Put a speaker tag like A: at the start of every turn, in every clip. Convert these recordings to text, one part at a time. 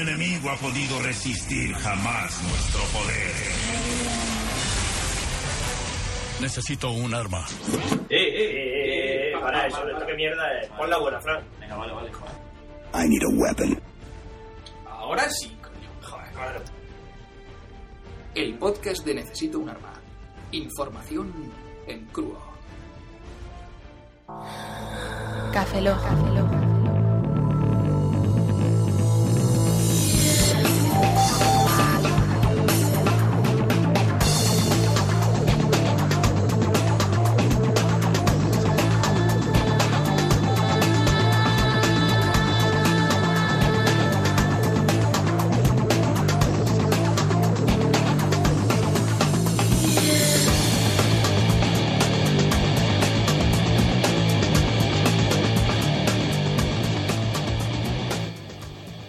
A: enemigo ha podido resistir jamás nuestro poder.
B: Necesito un arma.
C: Eh, eh, eh, eh, para eso, esto qué mierda es. Pon la buena, Fran. Venga, vale, vale, joder.
D: I need a weapon.
E: Ahora sí, coño.
C: Joder, claro.
E: El podcast de Necesito un arma. Información en crudo.
F: Café Lock. Café Lock.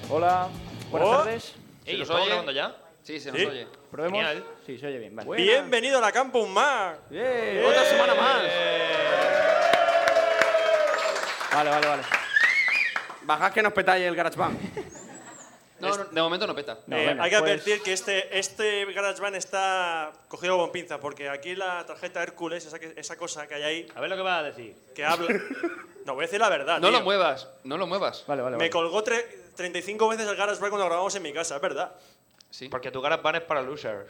G: Hola, buenas
H: Oh.
G: tardes.
H: ¿Se
I: Ey,
H: nos
I: ¿estamos
H: oye?
I: grabando ya?
H: Sí, se
I: nos
H: Sí.
I: oye.
G: ¿Probemos?
I: Genial.
G: Sí, se oye bien, vale.
H: Bienvenido a la Campus Mac.
G: Bien.
I: Otra semana más.
G: Vale, vale, vale.
J: Bajad que nos petáis el GarageBand.
I: Es- De momento no peta.
G: No,
H: Eh,
G: venga,
H: hay que
G: pues,
H: advertir que este, este GarageBand está cogido con pinza, porque aquí la tarjeta Hércules, esa, que- esa cosa que hay ahí,
I: A ver lo que vas a decir.
H: que habla. no, voy a decir la
J: Ah,
H: verdad.
I: No
H: tío.
I: lo muevas, no lo muevas.
G: Vale, vale,
H: Me
G: vale.
H: colgó tre- 35 veces el GarageBand cuando grabamos en mi casa, es verdad.
I: Sí. Porque tu GarageBand es para losers.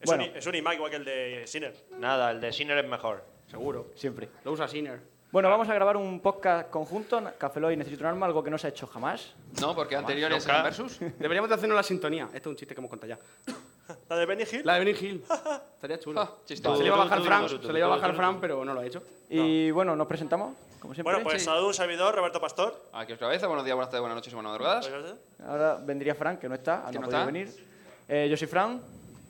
H: Es,
G: Bueno.
H: un, i- es un iMac igual que el de Sinner.
I: Nada, el de Sinner es mejor.
J: Seguro.
G: Siempre.
J: Lo usa Sinner.
G: Bueno, vamos a grabar un podcast conjunto, Café Lock y Necesito un arma, algo que no se ha hecho jamás.
I: No, porque anteriores
H: nunca.
I: eran versus.
J: Deberíamos de hacernos la sintonía. Esto es un chiste que hemos contado ya.
H: La de Benny Hill.
J: La de Benny Hill. Estaría chulo.
I: Ah,
J: se
I: chistoso.
J: le iba a bajar
I: Tú, tú,
J: Fran,
I: tú, tú,
J: se le iba a
I: tú,
J: bajar
I: tú,
J: Fran, pero no lo ha hecho.
G: Y bueno, nos presentamos, como siempre.
H: Bueno, pues saludo a un servidor, Roberto Pastor.
I: Aquí os cabeza, buenos días, buenas tardes, buenas noches y buenas madrugadas.
G: Ahora vendría Fran, que no está,
I: Que
G: no ha
I: no
G: podido
I: está.
G: venir. Eh, yo soy Fran,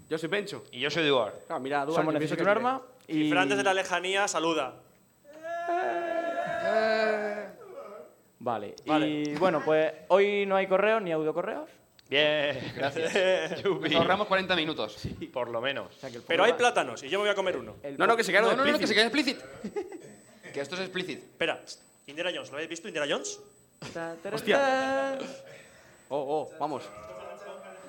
J: Yo soy Pencho.
I: Y yo soy Duar.
J: Claro, mira, Duarte,
G: somos
J: yo pienso
G: Necesito un
J: que-
G: arma. Y,
H: Y Fran desde la lejanía saluda.
G: Vale.
H: Vale.
G: Y bueno, pues hoy no hay correos ni autocorreos.
I: Bien, gracias. Nos ahorramos 40 minutos. Por lo menos.
G: O sea que el
H: Pero hay
G: programa-
H: plátanos y yo me voy a comer uno.
G: el
J: No, no, que se quedaron
I: No, no, no, que se
J: explícitos.
I: quede explícit. que esto es explícit.
H: Espera, Indiana Jones, ¿lo habéis visto, Indiana Jones?
G: Ta, ta, ta,
J: Hostia.
G: ta.
J: Oh, oh, vamos.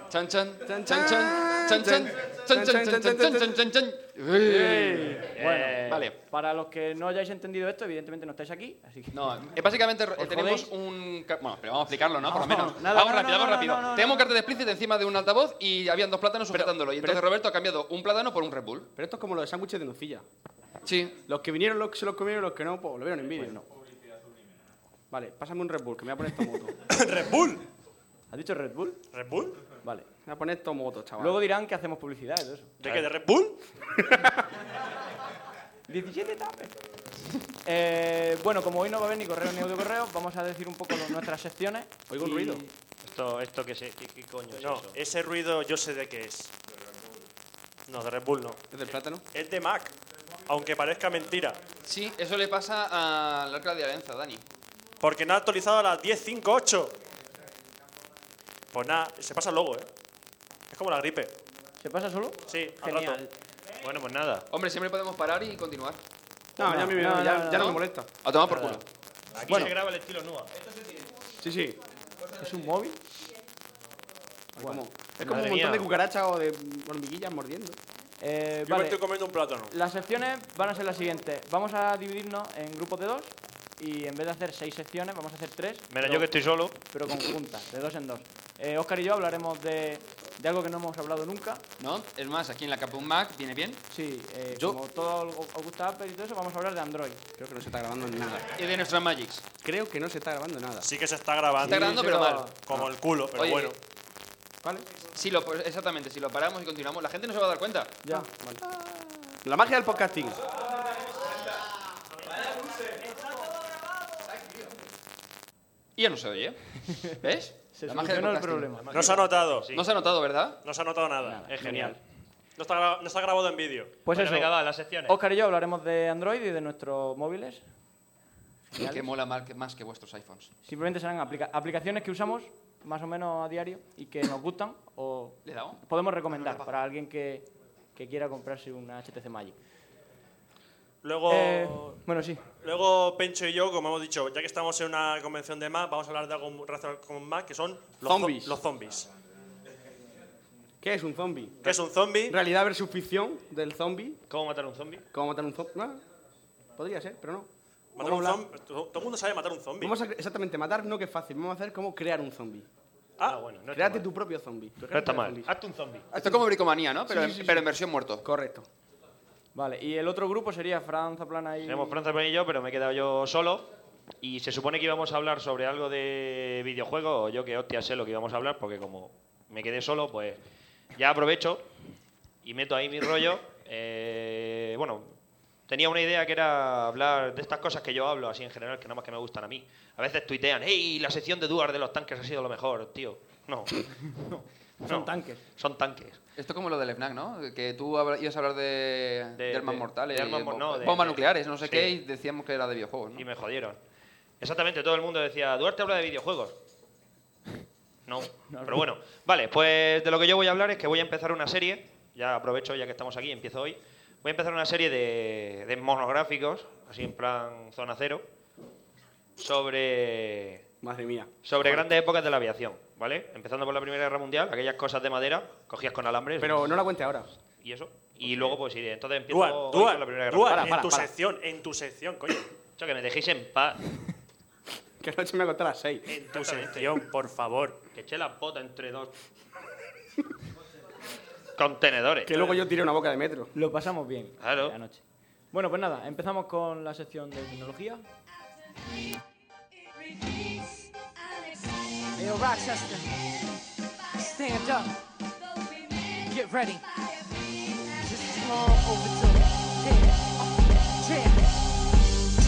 I: Chan, chan,
J: Chan,
I: chan, chan, chan, chan, chan, chan, chan, chan, chan, chan, chan, chan. Uy.
G: Bueno,
I: Vale.
G: Eh, Para los que no hayáis entendido esto, evidentemente no estáis aquí, así que...
I: No, eh, básicamente eh, tenemos
G: jodéis?
I: un... ca- Bueno, pero vamos a explicarlo, ¿no? Por lo
G: No,
I: menos.
G: nada,
I: vamos
G: no,
I: rápido,
G: no,
I: vamos
G: no,
I: rápido.
G: no, no, no.
I: Tenemos un cartel explícit encima de un altavoz y habían dos plátanos sujetándolo. Y entonces Roberto ha cambiado un plátano por un Red Bull.
J: Pero esto es como lo de sándwiches de nocilla.
I: Sí.
J: Los que vinieron, los que se los comieron, los que no, pues lo vieron en vídeo. Vale, pásame un Red Bull, que me voy a poner tomoto. me
H: Red Bull.
G: ¿Has dicho Red Bull?
H: ¿Red Bull?
G: Vale.
J: voy a poner tomoto, chaval.
G: Luego dirán que hacemos publicidad y todo eso.
H: ¿De qué? ¿De Red Bull?
G: 17 tapes. Eh, bueno, como hoy no va a haber ni correo ni audio correo, vamos a decir un poco lo- nuestras secciones.
J: Oigo un
G: y-
J: ruido.
C: Esto, esto que se, qué, qué coño es
H: No,
C: eso.
H: ese ruido yo sé de qué es. No, de Red Bull no.
J: ¿Es del plátano?
H: Es de Mac, aunque parezca mentira.
I: Sí, eso le pasa al arca de Arenza, Dani.
H: Porque no ha actualizado a las 10.58. Pues nada, se pasa luego, ¿eh? Es como la gripe.
G: ¿Se pasa solo?
H: Sí, al
G: Genial.
H: rato.
C: Bueno, pues nada.
I: Hombre, siempre podemos parar y continuar.
J: No, ya, me,
G: no, no,
J: ya,
G: no,
J: ya no
G: no.
J: me molesta.
I: A tomar por culo.
C: Aquí se graba el estilo NUA.
J: Sí, sí.
G: ¿Es un móvil?
J: Es como, es como un
C: Madre
J: montón
C: mía.
J: de cucarachas o de hormiguillas mordiendo.
G: Eh,
H: Yo me
G: vale.
H: estoy comiendo un plátano.
G: Las secciones van a ser las siguientes. Vamos a dividirnos en grupos de dos y en vez de hacer seis secciones, vamos a hacer tres.
C: Menos
G: pero-
C: yo que estoy solo.
G: pero conjuntas, de dos en dos. Eh, Oscar y yo hablaremos de, de algo que no hemos hablado nunca.
I: ¿No? Es más, aquí en la capa un Mac viene bien.
G: Sí, eh,
J: Yo-
G: como todo el- os gusta Apple y todo eso, vamos a hablar de Android.
J: Creo que no se está grabando nada.
I: Y de nuestras Magics.
J: Creo que no se está grabando nada.
H: Sí que se está grabando.
I: Está grabando, pero
G: pero-
I: mal.
H: Como el culo, pero
I: Oye,
H: bueno.
J: ¿Vale?
I: Si lo, pues, exactamente, si lo paramos y continuamos, la gente no se va a dar cuenta.
G: Ya.
J: La magia del podcasting.
I: Y ya no se oye. ¿eh? ¿Ves?
G: Se
I: La magia del
G: soluciona el
I: podcasting.
G: problema.
H: No se ha notado.
I: No se ha notado, ¿verdad?
H: No se ha notado nada.
C: Es genial.
H: No está, gra- no está grabado en vídeo.
G: Pues
C: Bueno,
G: eso,
C: venga, va, las secciones.
G: Oscar y yo hablaremos de Android y de nuestros móviles.
I: Y que mola más que, más que vuestros iPhones.
G: Simplemente serán aplica- aplicaciones que usamos más o menos a diario y que nos gustan o
I: ¿Le damos?
G: podemos recomendar para alguien que, que quiera comprarse una HTC Magic.
H: Luego,
G: Eh, bueno, sí.
H: luego Pencho y yo, como hemos dicho, ya que estamos en una convención de Mac, vamos a hablar de algo relacionado con Mac, que son los zo-
J: Zombies.
H: los zombies.
J: ¿Qué es un zombie?
H: ¿Qué es un zombie?
J: Realidad versus ficción del zombie.
H: ¿Cómo matar a un zombie?
J: ¿Cómo matar un zombie? podría ser, pero no.
H: Matar un zombie. Todo el mundo sabe matar un zombie.
J: Vamos a, exactamente, matar no que es fácil. Vamos a hacer cómo crear un zombie.
H: Ah, bueno, no
J: Créate tu propio zombie.
H: No está mal. Hazte un zombie.
I: Esto es como bricomanía, ¿no? Pero,
J: Sí, sí, sí,
I: pero
J: sí.
I: en versión muerto.
J: Correcto. Vale, y el otro grupo sería Franza Plana y...
K: Tenemos Franza Pan y yo, pero me he quedado yo solo. Y se supone que íbamos a hablar sobre algo de videojuego, o yo que hostia sé lo que íbamos a hablar, porque como me quedé solo, pues ya aprovecho y meto ahí mi rollo. Eh, bueno, tenía una idea que era hablar de estas cosas que yo hablo así en general, que nada más que me gustan a mí. A veces tuitean, hey, la sección de Duar de los tanques ha sido lo mejor, tío. No. no.
G: Son tanques.
K: Son tanques.
I: Esto es como lo del FNAC, ¿no? Que tú habla- ibas a hablar de,
K: De-
I: de armas
K: de-
I: mortales,
K: de armas
I: y
K: mor-
I: bom-
K: no, de-
I: bombas
K: de-
I: nucleares, no sé
K: sí.
I: qué, y decíamos que era de videojuegos,
K: y
I: ¿no?
K: me jodieron. Exactamente, todo el mundo decía, Duarte habla de videojuegos. No, pero bueno. Vale, pues de lo que yo voy a hablar es que voy a empezar una serie, ya aprovecho ya que estamos aquí, empiezo hoy, voy a empezar una serie de, de monográficos, así en plan zona cero, sobre
J: Madre mía.
K: sobre grandes épocas de la aviación, ¿vale? Empezando por la Primera Guerra Mundial, aquellas cosas de madera, cogías con alambres
J: Pero no la cuente ahora.
K: y eso. Y luego pues iré. Entonces empiezo
H: Duan,
K: hoy
H: Duan,
K: con la Primera Guerra
H: Duan,
K: Mundial.
H: en
J: para,
H: tu
J: para.
H: sección, en tu sección, coño.
K: Chacho, que me dejéis en paz.
J: Que anoche me acosté a las 6.
H: En tu sección, por favor.
K: Que eché la bota entre dos contenedores.
J: Que luego yo tiré una boca de metro.
G: Lo pasamos bien
K: Claro.
G: la noche. Bueno, pues nada, empezamos con la sección de tecnología.
L: Yo, Rochester, stand up. Get ready. Just a small overtone. Yeah,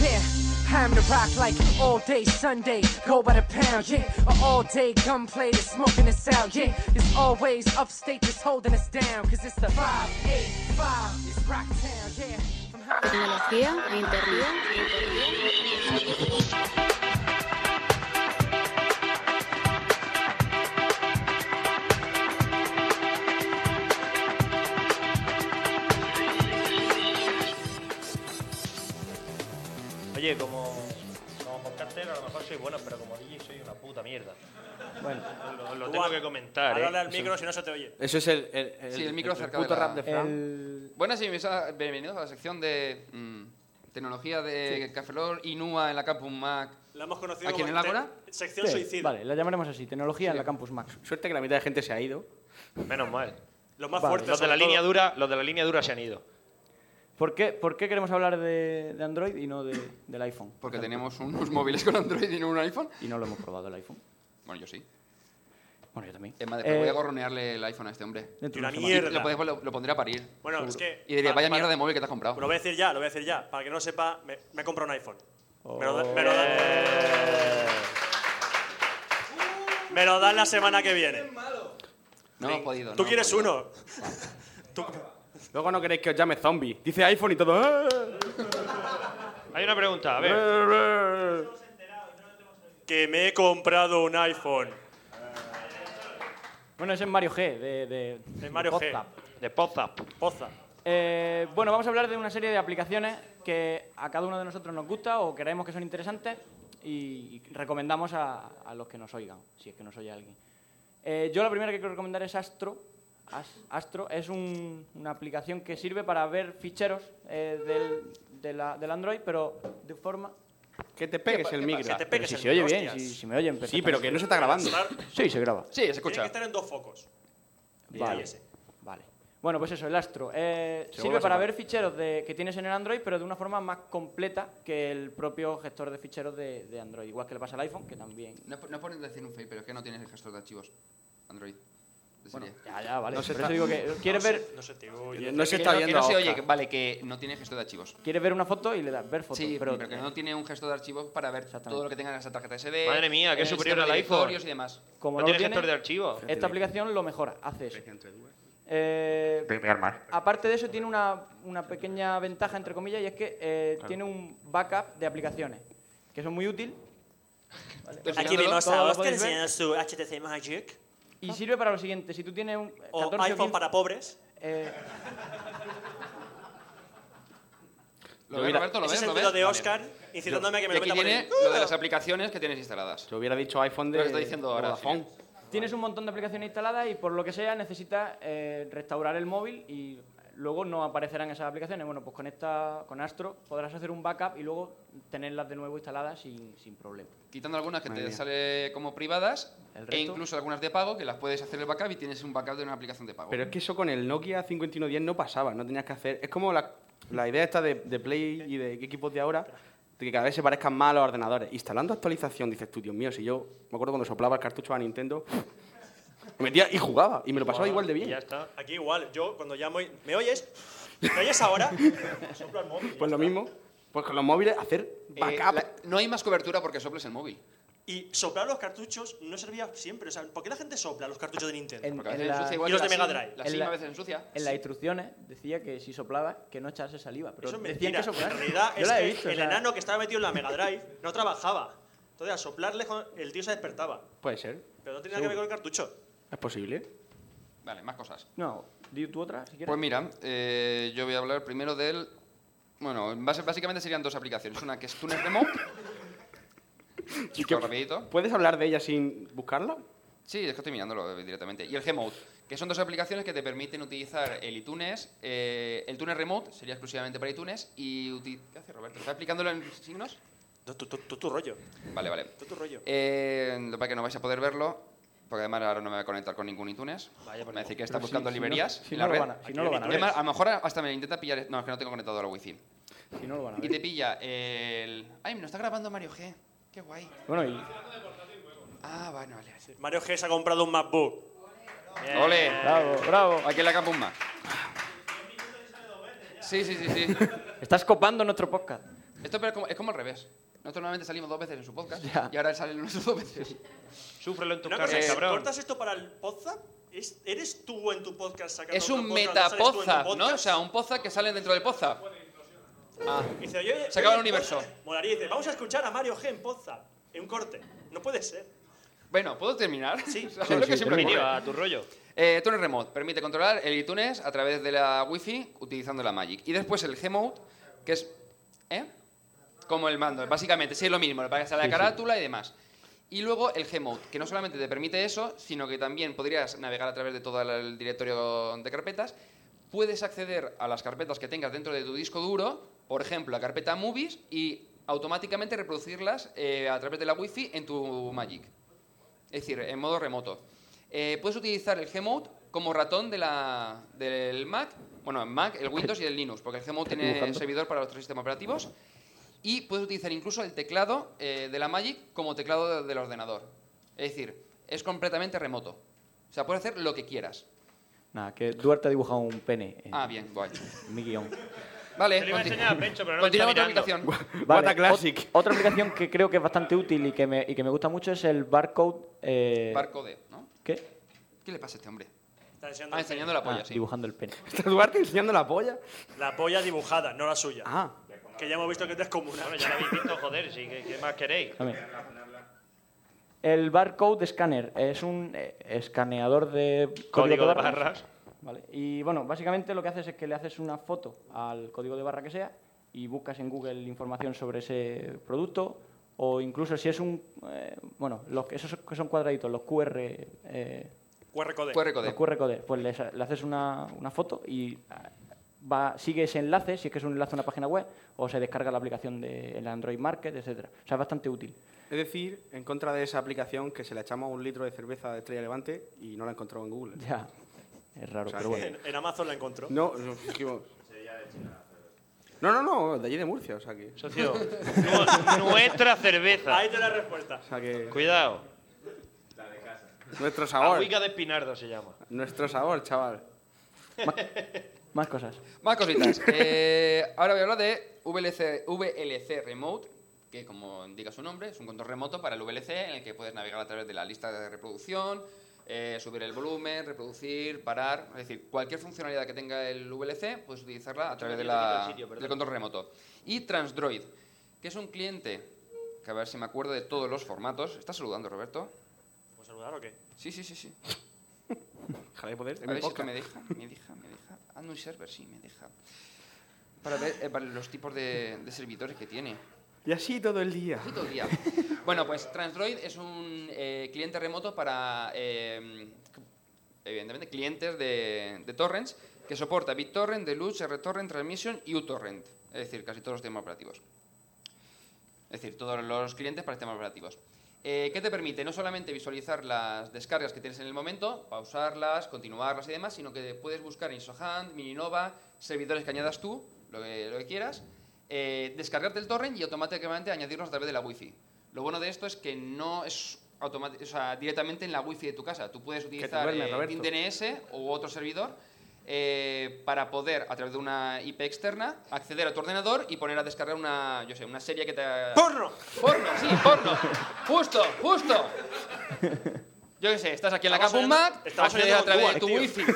L: yeah, yeah. I'm the rock like all day Sunday. Go by the pound, yeah. Or all day gunplay, the smoking and sound, yeah. It's always upstate that's holding us down. Cause it's the 585. It's Rock Town, yeah. From Hollywood.
F: Tecnología e internet.
K: Oye, como, como podcaster a lo mejor soy bueno, pero como DJ soy una puta mierda.
G: Bueno,
K: Lo, lo tengo que comentar,
H: Háblale
K: ¿eh?
H: al micro si no se te oye.
J: Eso es el... el,
I: Sí, el micro cerca
J: puto
I: de la-
J: rap de Fran.
G: el...
I: Buenas y bienvenidos a- bienvenidos a la sección de mm, tecnología de Cafelor y Nua en la Campus Mac.
H: La hemos conocido
I: ¿A quién
H: como
I: es la
H: te-
I: hora?
H: sección
G: Sí,
H: suicida.
G: Vale, la llamaremos así, tecnología en la Campus Max.
J: Suerte que la mitad de gente se ha ido.
K: Menos mal.
H: Los más
G: Vale.
H: fuertes.
K: Los de la
H: sobre
K: línea
H: todo.
K: dura, los de la línea dura se han ido.
G: ¿Por qué, por qué queremos hablar de, de Android y no de- del iPhone?
I: Porque tenemos unos móviles con Android y no un iPhone.
G: Y no lo hemos probado el iPhone.
I: Bueno, yo sí.
G: Bueno, yo también.
I: Es más, después voy
G: Eh,
I: a gorronearle el iPhone a este hombre.
G: dentro de
H: Una
G: una semana.
H: mierda.
I: Lo, podéis- lo- lo pondría a parir.
H: Bueno, es que-
I: Y diría,
H: pa-
I: vaya
H: pa-
I: mierda de móvil que te has comprado.
H: Lo voy a decir ya, lo voy a decir ya. Para que no sepa, me, me he comprado un iPhone. Me lo, da- me lo da- me lo dan la semana que viene.
I: no hemos podido. no
H: Tú
I: hemos
H: quieres
I: podido.
H: uno. Tú-
J: Luego no queréis que os llame zombie. Dice iPhone y todo. "Eh,
K: Hay una pregunta, a ver.
J: eh, eh".
H: que me he comprado un iPhone.
G: Bueno, ese es Mario G. De, de, de
H: Mario G.
G: Podzap.
K: De Podzap.
H: Poza.
G: Eh, bueno, vamos a hablar de una serie de aplicaciones que a cada uno de nosotros nos gusta o creemos que son interesantes y y recomendamos a, a los que nos oigan, si es que nos oye alguien. Eh, yo la primera que quiero recomendar es Astro. As- Astro es un- una aplicación que sirve para ver ficheros eh, del, de la- del Android, pero de forma...
J: Que te pegues el micro.
H: te
G: Pero
H: pegues
G: si
H: el
G: se oye
H: micro,
G: bien, si,
H: hostias.
G: si me oyen
J: Sí, pero que no se está grabando.
H: Estar-
G: Sí, se graba.
I: Sí, se
H: Tiene que
I: escucha.
H: estar en dos focos.
G: Vale.
H: ese.
G: Vale. Bueno, pues eso, el Astro. Eh,
J: Se vuelve
G: sirve
J: a
G: para
J: separar.
G: ver ficheros de- que tienes en el Android, pero de una forma más completa que el propio gestor de ficheros de, de Android. Igual que le pasa al iPhone, que también.
I: No, es por- no es por decir un fake, pero es que no tienes el gestor de archivos Android. De
G: Bueno,
I: serie.
G: ya, ya, vale.
J: No se
G: Por eso
J: está-
G: digo que quieres
H: No sé-
G: ver,
H: No sé, te oye.
J: No se
I: Que
J: está
I: no- que
J: viendo.
I: no se
J: a
I: oye, que-
J: Oscar.
I: vale, que no tiene gestor de archivos.
G: quieres ver una foto y le das ver foto.
I: sí,
G: pero, eh,
I: pero, que no tiene un gestor de archivos para ver
G: Exactamente.
I: todo lo que tenga en esa tarjeta SD.
K: Madre mía, que es
I: en el
K: superior
I: sistema
K: al
I: de
K: iPhone.
I: directorios y demás.
G: como
K: no
G: lo
K: tiene gestor de archivos.
G: Esta aplicación lo mejora, hace eso. Eh, Aparte de eso, tiene una, una pequeña ventaja, entre comillas, y es que eh, tiene un backup de aplicaciones, que son muy útil
I: Pues
H: Aquí vemos
G: Todo
H: a
G: lo
H: Oscar
G: podéis ver.
H: enseñando su HTC Magic.
G: y sirve para lo siguiente. Si tú tienes un 14
H: O
G: o
H: iPhone
G: 15
H: para pobres.
G: Eh,
I: ¿Lo ves, Roberto? ¿Lo
H: Ese
I: ves?
H: es el
I: ¿Lo
H: dedo
I: ves?
H: de
I: Vale.
H: Oscar incitándome a que me
I: Y
H: lo
I: aquí
H: meta por
I: tiene
H: el...
I: lo de las aplicaciones que tienes instaladas.
J: Se hubiera dicho iPhone de.
I: Lo que está diciendo ahora, eh,
J: Vodafone.
I: sí.
G: Tienes un montón de aplicaciones instaladas y por lo que sea necesitas eh, restaurar el móvil y luego no aparecerán esas aplicaciones. Bueno, pues con esta, con Astro podrás hacer un backup y luego tenerlas de nuevo instaladas sin, sin problema.
I: Quitando algunas que
G: Madre
I: te
G: mía.
I: sale como privadas e
G: resto?
I: incluso algunas de pago que las puedes hacer el backup y tienes un backup de una aplicación de pago.
J: Pero es que eso con el Nokia 5110 no pasaba, no tenías que hacer. Es como la, la idea esta de, de Play y de equipos de ahora, de que cada vez se parezcan más a los ordenadores. Instalando actualización, dices tú, Dios mío, si yo me acuerdo cuando soplaba el cartucho a Nintendo, me metía y jugaba, y me lo pasaba igual de bien.
K: Ya está.
H: Aquí igual, yo cuando llamo. y- ¿Me oyes? ¿Me oyes ahora? Soplo al móvil.
J: Pues lo mismo, pues con los móviles hacer
I: Eh,
J: backup.
I: la- no hay más cobertura porque soples el móvil.
H: Y soplar los cartuchos no servía siempre. O sea, ¿por qué la gente sopla los cartuchos de Nintendo?
G: En-
I: Porque a
G: en
I: veces
G: la-
I: ensucia
H: y
I: igual
H: los
I: que
H: de Mega
I: SIM.
H: Drive.
I: La
G: en
I: SIM
G: la-
I: a veces ensucia.
G: En las instrucciones decía que si soplabas, que no echase saliva. Pero
H: Eso es
G: decían
H: mentira.
G: que soplar.
H: En realidad
G: Yo
H: es
G: la he
H: que
G: visto, o
H: el
G: sea,
H: enano que estaba metido en la Mega Drive no trabajaba. Entonces, a soplarle, jo- el tío se despertaba.
J: Puede ser,
H: Pero no tenía nada que ver con el cartucho.
J: es posible.
I: Vale, más cosas.
G: No, di tú otra, si quieres.
I: Pues mira, eh, yo voy a hablar primero del... Bueno, en base- básicamente serían dos aplicaciones. Una que es Tunes Remote. Súper rapidito.
J: ¿Puedes hablar de ella sin buscarla?
I: Sí, es que estoy mirándolo eh, directamente. Y el Gmode, que son dos aplicaciones que te permiten utilizar el iTunes, eh, el Tunes Remote, sería exclusivamente para iTunes, y... uti- ¿Qué hace Roberto? ¿Está aplicándolo en signos?
H: Tú, tú- tú- tú tu rollo.
I: Vale, vale.
H: Tú tu rollo.
I: Eh, lo que pasa es que no vais a poder verlo, porque además ahora no me voy a conectar con ningún iTunes.
H: Vaya, por
I: me dice que está
G: Pero
I: buscando
G: si- si no-
I: librerías
G: si
I: en
G: no
I: la
G: lo
I: red.
G: van a- si
H: Aquí
G: no lo
H: hay
G: van a
H: iTunes.
G: ver.
I: Además, a lo mejor hasta me intenta pillar... No, es que no tengo conectado a la wifi.
G: Si no lo van a
I: Y
G: ver.
I: te pilla el... Ay, me lo está grabando Mario G. Qué guay.
G: Bueno, y
I: Ah, bueno, vale. vale.
H: Mario G se ha comprado un MacBook. Bien.
I: ¡Ole!
G: bravo, bravo.
I: Aquí en la campo un más. Sí, sí, sí, sí.
G: Estás copando nuestro podcast.
I: Esto pero es, como, es como al revés. Nosotros normalmente salimos dos veces en su podcast
G: Ya.
I: y ahora él sale nosotros dos veces.
K: Súfrelo en tu
H: Una
K: carne,
H: cosa, si
K: cabrón.
H: cortas esto para el podcast, ¿es- ¿eres tú en tu podcast sacando
I: Es un
H: otro podcast? ¿No sales tú en tu
I: metapozap, ¿no?
H: podcast?
I: O sea, un pozap que sale dentro del pozap. Ah,
H: Dice, oye, oye,
I: Se acaba el
H: oye,
I: universo.
H: Poza. Molaría, dice, vamos a escuchar a Mario G en Pozza. En un corte. No puede ser.
I: bueno, ¿puedo terminar?
H: Sí.
I: O sea,
J: Sí,
I: es lo
J: sí,
I: que siempre
K: Termina,
I: ocurre.
K: a tu rollo.
I: Eh, Tuner Remote permite controlar el iTunes a través de la Wi-Fi utilizando la Magic. Y después el Gmode, que es. ¿Eh? Como el mando, básicamente, sí es lo mismo, le pagas a la carátula y demás. Y luego el Gmode, que no solamente te permite eso, sino que también podrías navegar a través de todo el directorio de carpetas. Puedes acceder a las carpetas que tengas dentro de tu disco duro, por ejemplo, la carpeta Movies, y automáticamente reproducirlas eh, a través de la Wi-Fi en tu Magic es decir, en modo remoto. Eh, puedes utilizar el Gmode como ratón de la, del Mac, bueno, el Mac, el Windows y el Linux, porque el Gmode tiene servidor para los tres sistemas operativos. Y puedes utilizar incluso el teclado eh, de la Magic como teclado de- del ordenador. Es decir, es completamente remoto. O sea, puedes hacer lo que quieras.
G: Nada, que Duarte ha dibujado un pene en
I: Ah, bien, guay.
G: mi guión.
I: Vale,
K: Te lo iba a
I: conti-
K: enseñar a Pencho, pero no me está
I: continuamos con la
K: mirando.
I: aplicación.
J: What a
G: ot-
J: classic.
G: Otra aplicación que creo que es bastante útil y que me, y que me gusta mucho es el barcode. eh,
I: Barcode, ¿no?
G: ¿Qué?
I: ¿Qué le pasa a este hombre?
H: Está enseñando
I: Ah,
H: el
I: enseñando la polla,
G: Ah,
I: sí.
G: Dibujando el pene.
J: ¿Está Duarte enseñando la polla?
H: pene. La polla dibujada, no la suya.
J: Ah,
H: Que ya hemos visto que es descomunal.
K: Bueno, ya lo habéis visto, joder, sí, ¿qué, qué más queréis?
G: A ver. El barcode scanner es un eh, escaneador de código,
K: Código
G: de
K: de
G: barras.
K: barras.
G: Vale. Y bueno, básicamente lo que haces es que le haces una foto al código de barra que sea y buscas en Google información sobre ese producto o incluso si es un... eh, bueno, los, que- esos que son cuadraditos, los QR... eh,
H: QR code.
I: QR code.
G: los QR code, pues le, sa- le haces una, una foto y ah, va, sigue ese enlace, si es que es un enlace a una página web, o se descarga la aplicación del Android Market, etcétera. O sea, es bastante útil.
J: Es decir, en contra de esa aplicación que se le echamos un litro de cerveza de Estrella Levante y no la encontramos en Google.
G: Ya, es raro,
J: O sea,
G: pero
J: que-
G: bueno.
H: En, en Amazon la encontró.
J: No, no, dijimos- no, no, no, de allí de Murcia, o sea que...
K: Socio, nu- nuestra cerveza.
H: Ahí te la respuesta.
J: O sea que
K: Cuidado.
J: nuestro sabor,
K: Agüica de Espinardo se llama.
J: nuestro sabor, chaval.
G: Más cosas.
I: Más cositas. Eh, ahora voy a hablar de VLC, VLC Remote, que como indica su nombre, es un control remoto para el VLC en el que puedes navegar a través de la lista de reproducción, eh, subir el volumen, reproducir, parar. Es decir, cualquier funcionalidad que tenga el VLC, puedes utilizarla a través de la, del control remoto. Y Transdroid, que es un cliente, que a ver si me acuerdo de todos los formatos. ¿Estás saludando, Roberto?
H: ¿Puedo saludar o qué?
I: Sí, sí, sí, sí.
J: Ojalá de poder.
I: A ver si esto me deja, me deja, me deja. Ah, Ando un server, sí, me deja. Para ver eh, para los tipos de, de servidores que tiene.
J: Y así todo el día.
I: Así todo el día. bueno, pues Transdroid es un eh, cliente remoto para, eh, evidentemente, clientes de, de torrents que soporta BitTorrent, Deluxe, RTorrent, Transmission y UTorrent. Es decir, casi todos los sistemas operativos. Es decir, todos los clientes para sistemas operativos. Eh, ¿Qué te permite? No solamente visualizar las descargas que tienes en el momento, pausarlas, continuarlas y demás, sino que puedes buscar en Sohand, Mininova, servidores que añadas tú, lo que, lo que quieras, eh, descargarte el torrent y automáticamente añadirnos a través de la Wi-Fi. Lo bueno de esto es que no es automáti- o sea, directamente en la Wi-Fi de tu casa. Tú puedes utilizar
J: duermes,
I: eh,
J: Roberto.
I: DNS u otro servidor eh, para poder, a través de una IP externa, acceder a tu ordenador y poner a descargar una, yo sé, una serie que te...
H: ¡Porno!
I: ¡Porno, sí, porno! ¡Justo, justo! Yo qué sé, estás aquí en la
H: Estamos
I: Campus
H: oyendo-
I: Mac,
H: estamos
I: accedes
H: oyendo
I: a través de
H: Cuba,
I: tu
H: tío.
I: wifi. Sí,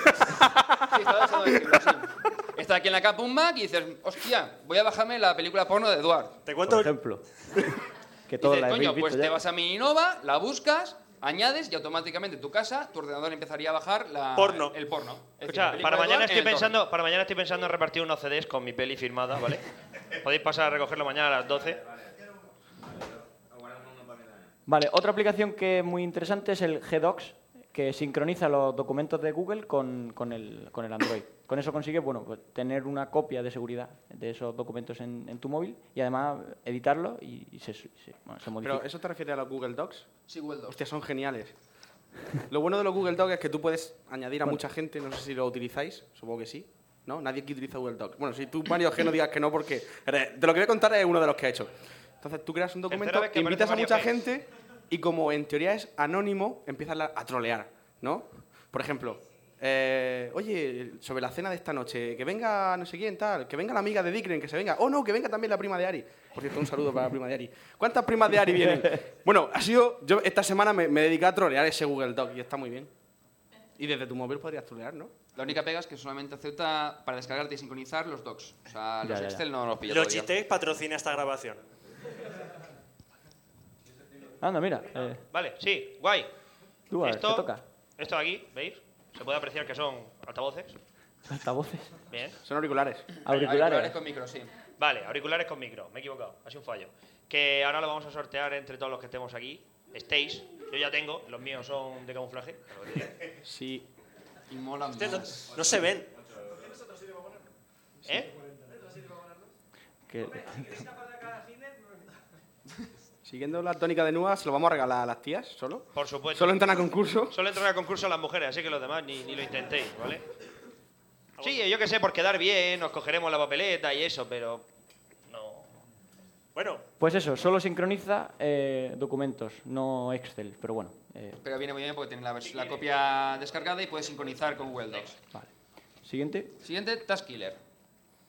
I: estaba oyendo el cubo, sí. Estás aquí en la Campus Mac y dices, hostia, voy a bajarme la película porno de Eduard.
H: Te
M: Por ejemplo. que todos la
I: Dices,
M: habéis
I: coño, pues
M: visto
I: te
M: ya.
I: vas a mi Innova, la buscas, añades y automáticamente en tu casa, tu ordenador empezaría a bajar la,
K: Porno.
I: el porno. Es decir,
K: Escucha,
I: la película
K: para mañana,
I: de Eduard en
K: estoy
I: el torrent.
K: pensando, para mañana estoy pensando en repartir unos CDs con mi peli firmada, ¿vale? Podéis pasar a recogerlo mañana a las 12.
G: Vale, otra aplicación que es muy interesante es el G-Docs, que sincroniza los documentos de Google con, con el, con el Android. Con eso consigues bueno, pues, tener una copia de seguridad de esos documentos en, en tu móvil y además editarlos y, y se, se- bueno, se modifica.
J: Pero ¿eso te refiere a los Google Docs?
I: Sí, Google Docs.
J: Hostia, son geniales. Lo bueno de los Google Docs es que tú puedes añadir a mucha gente, no sé si lo utilizáis, supongo que sí. ¿No? Nadie aquí utiliza Google Docs. Bueno, si tú, Mario G, no digas que no, porque eres- de lo que voy a contar es uno de los que ha hecho. Entonces tú creas un documento,
K: vez que
J: invitas a
K: aparece
J: mucha
K: Mario G.
J: gente y como en teoría es anónimo, empiezas la- a trolear, ¿no? Por ejemplo, eh, oye, sobre la cena de esta noche, que venga no sé quién, tal, que venga la amiga de Dicren, que se venga. Oh, no, que venga también la prima de Ari. Por cierto, un saludo para la prima de Ari. ¿Cuántas primas de Ari vienen? Bueno, ha sido. Yo esta semana me, me dediqué a trolear ese Google Doc y está muy bien. Y desde tu móvil podrías trolear, ¿no?
I: La única pega es que solamente acepta para descargarte y sincronizar los docs. O sea,
J: Ya,
I: los
J: ya, ya.
I: Excel no los pilla todavía.
H: Logitech patrocina esta grabación.
G: Anda, mira. eh,
K: Vale, sí, guay.
G: tú, a ver,
K: esto,
G: te toca.
K: esto de aquí, ¿veis? Se puede apreciar que son altavoces.
G: Altavoces.
K: Bien.
J: Son auriculares.
G: Auriculares. Auriculares
I: con micro, sí.
K: Vale, auriculares con micro. Me he equivocado. Ha sido un fallo. Que ahora lo vamos a sortear entre todos los que estemos aquí. Estéis. Yo ya tengo. Los míos son de camuflaje. pero lo diré.
J: Sí.
I: Y mola
H: Ustedes no, no se ven.
K: ¿Eh?
G: Que-
J: Siguiendo la tónica de Nua, ¿se lo vamos a regalar a las tías solo?
K: Por supuesto.
J: ¿Solo entran a concurso?
K: Solo entran a concurso las mujeres, así que los demás ni, ni lo intentéis, ¿vale? Sí, yo qué sé, por quedar bien, nos cogeremos la papeleta y eso, pero. No.
H: Bueno,
G: Pues eso, solo sincroniza eh, documentos, no Excel, pero bueno. eh,
I: Pero viene muy bien porque tiene la, vers- la copia descargada y puedes sincronizar con Google Docs.
G: Siguiente.
I: Siguiente, Task Killer.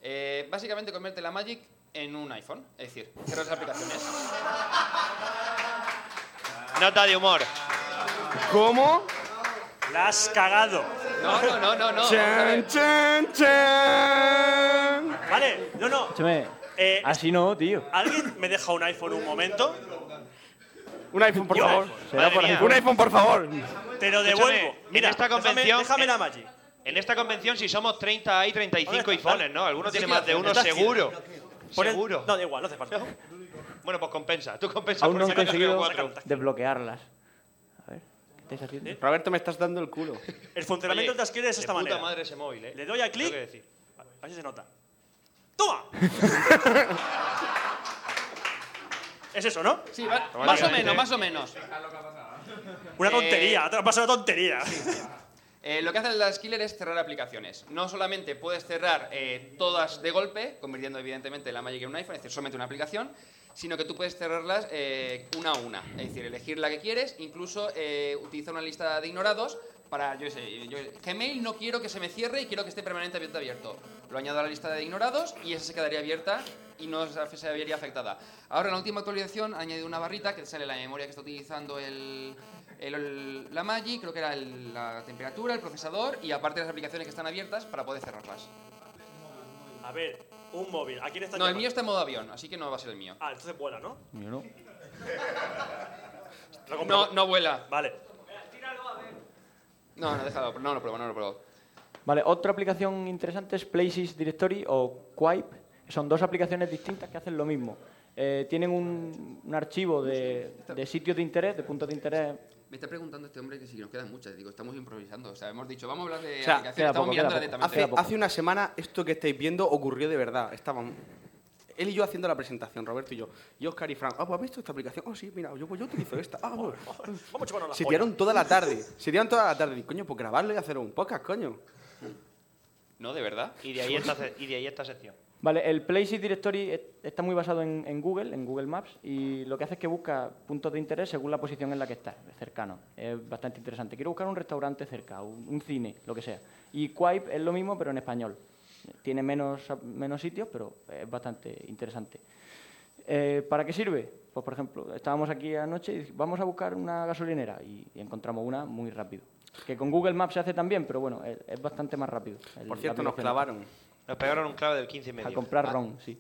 I: Eh, básicamente convierte la Magic en un iPhone, es decir, cierra las aplicaciones.
K: Nota de humor.
J: ¿Cómo?
H: La has cagado.
I: No, no, no, no, no.
J: Chan, chan, chan.
H: Vale, no, no.
G: Escúchame,
H: Eh,
G: así no, tío.
H: ¿Alguien me deja un iPhone un momento?
J: Un iPhone, por
H: Yo,
J: favor.
G: Será
K: madre
G: por
K: mía.
G: ahí.
J: Un iPhone, por favor.
H: Te lo
K: Escúchame,
H: devuelvo. Mira,
K: en esta
H: déjame-
K: convención.
H: Déjame, la
K: en-
H: Magic.
K: En esta convención, si somos 30, hay 35
H: Ahora está,
K: iPhones, ¿no? Alguno
I: Sí,
K: tiene
I: sí,
K: más de
I: hace-
K: uno,
I: está haciendo.
K: seguro.
H: Pon el-
K: Seguro.
H: No, da igual, no hace falta.
K: Bueno, pues compensa. Tú compensa
G: Aún no
K: porque
G: he
K: sacas tres o
G: conseguido
K: cuatro.
G: desbloquearlas. A ver, ¿qué estáis haciendo?
J: Roberto, me estás dando el culo.
H: El funcionamiento
K: Oye,
H: del Tasker es de
K: de
H: esta
K: puta
H: manera.
K: madre ese móvil, ¿eh?
H: Le doy a
K: Tengo
H: clic.
K: que decir.
H: Así se nota. ¡Toma! es eso, Ah, ¿no?
I: Sí, va- más o menos, más o menos.
H: Una
I: Eh,
H: tontería, ha pasado una tontería.
I: Eh, lo que hace el Task Killer es cerrar aplicaciones. No solamente puedes cerrar eh, todas de golpe, convirtiendo evidentemente la Magic en un iPhone, es decir, solamente una aplicación, sino que tú puedes cerrarlas eh, una a una. Es decir, elegir la que quieres, incluso eh, utilizar una lista de ignorados para, yo qué sé, yo- Gmail no quiero que se me cierre y quiero que esté permanentemente abierto. Lo añado a la lista de ignorados y esa se quedaría abierta y no se se vería afectada. Ahora, en la última actualización, ha añadido una barrita que te sale la memoria que está utilizando el, el- el- la Magic, creo que era el- la temperatura, el procesador y aparte las aplicaciones que están abiertas para poder cerrarlas.
H: A ver, un móvil. ¿A quién está
I: No, el mío está en modo avión, así que no va a ser el mío.
H: Ah, entonces vuela, ¿no?
G: Yo no.
H: Lo compro.
I: No, no vuela.
H: Vale.
I: No, no, déjalo, no lo pruebo, no lo pruebo.
G: Vale, otra aplicación interesante es Places Directory o Quipe. que Son dos aplicaciones distintas que hacen lo mismo. eh, tienen un, un archivo de, de sitios de interés, de puntos de interés
I: Me está preguntando este hombre que si nos quedan muchas. Digo, estamos improvisando. O sea, hemos dicho, vamos a hablar de
J: O sea,
I: aplicaciones.
J: queda
I: Estamos
J: poco,
I: mirando
J: queda poco.
I: directamente.
J: Hace, hace una semana esto que estáis viendo ocurrió de verdad. Estaban él y yo haciendo la presentación, Roberto y yo. Y Oscar y Frank, ah, pues has visto esta aplicación. Ah, sí, mira, yo, pues yo utilizo esta. Ah, pues.
H: Vamos a chuparnos la
J: Se
H: polla.
J: tiraron toda la tarde. Se tiraron toda la tarde. Y, coño, pues grabarlo y hacer un podcast, coño.
I: No, de verdad.
K: Y de ahí esta, ce- y de ahí esta sección.
G: Vale, el Places Directory es- está muy basado en, en Google, en Google Maps, y lo que hace es que busca puntos de interés según la posición en la que estás, cercano. Es bastante interesante. Quiero buscar un restaurante cerca, un, un cine, lo que sea. Y Quip es lo mismo, pero en español. Tiene menos, menos sitios, pero es bastante interesante. Eh, ¿Para qué sirve? Pues, por ejemplo, estábamos aquí anoche y dij- vamos a buscar una gasolinera y, y encontramos una muy rápido. Que con Google Maps se hace también, pero bueno, es, es bastante más rápido. el- la aplicación.
K: Nos pegaron un clave del 15 y medio.
G: A comprar ron, sí.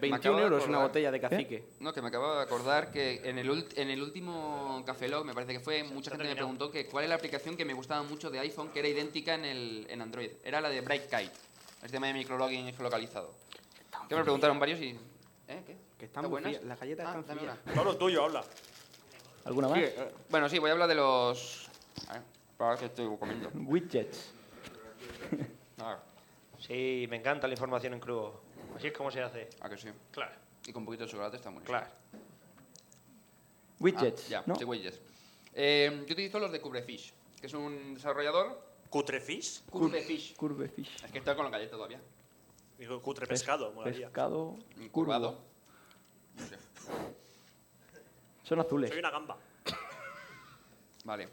I: Me acabo de acordar.
G: ¿Eh?
I: No, que me acabo de acordar que en el, ult- en el último Café Lock, me parece que fue, mucha gente me preguntó que cuál es la aplicación que me gustaba mucho de iPhone que era idéntica en, el, en Android. Era la de Brightkite, el tema de micrologging geolocalizado. Que me preguntaron varios y... ¿Eh? ¿Qué?
J: Que
I: ¿Está
J: están muy
I: buena?
J: frías. Las galletas
I: Ah,
J: están
I: dame
J: frías.
I: una.
H: Pablo, tuyo, habla.
G: ¿Alguna más?
I: Sí, eh, bueno, sí, voy a hablar de los... A ver, para que estoy comiendo. Ah,
G: Widgets.
K: Sí, me encanta la información en crudo. Así es como se hace.
I: ¿A que sí?
K: Claro.
I: Y con un poquito de chocolate está muy bien.
K: Claro.
G: Widgets,
I: Ah, ya,
G: ¿no?
I: sí, widgets. Eh, yo utilizo los de Cubrefish, que es un desarrollador...
H: ¿Cutrefish?
I: Cubrefish.
G: Curvefish.
I: Es que estoy con la galleta todavía.
H: Digo, cutre pescado, molaría.
G: Pescado.
I: Curvado.
G: curvo. Son azules.
H: Soy una gamba.
I: Vale.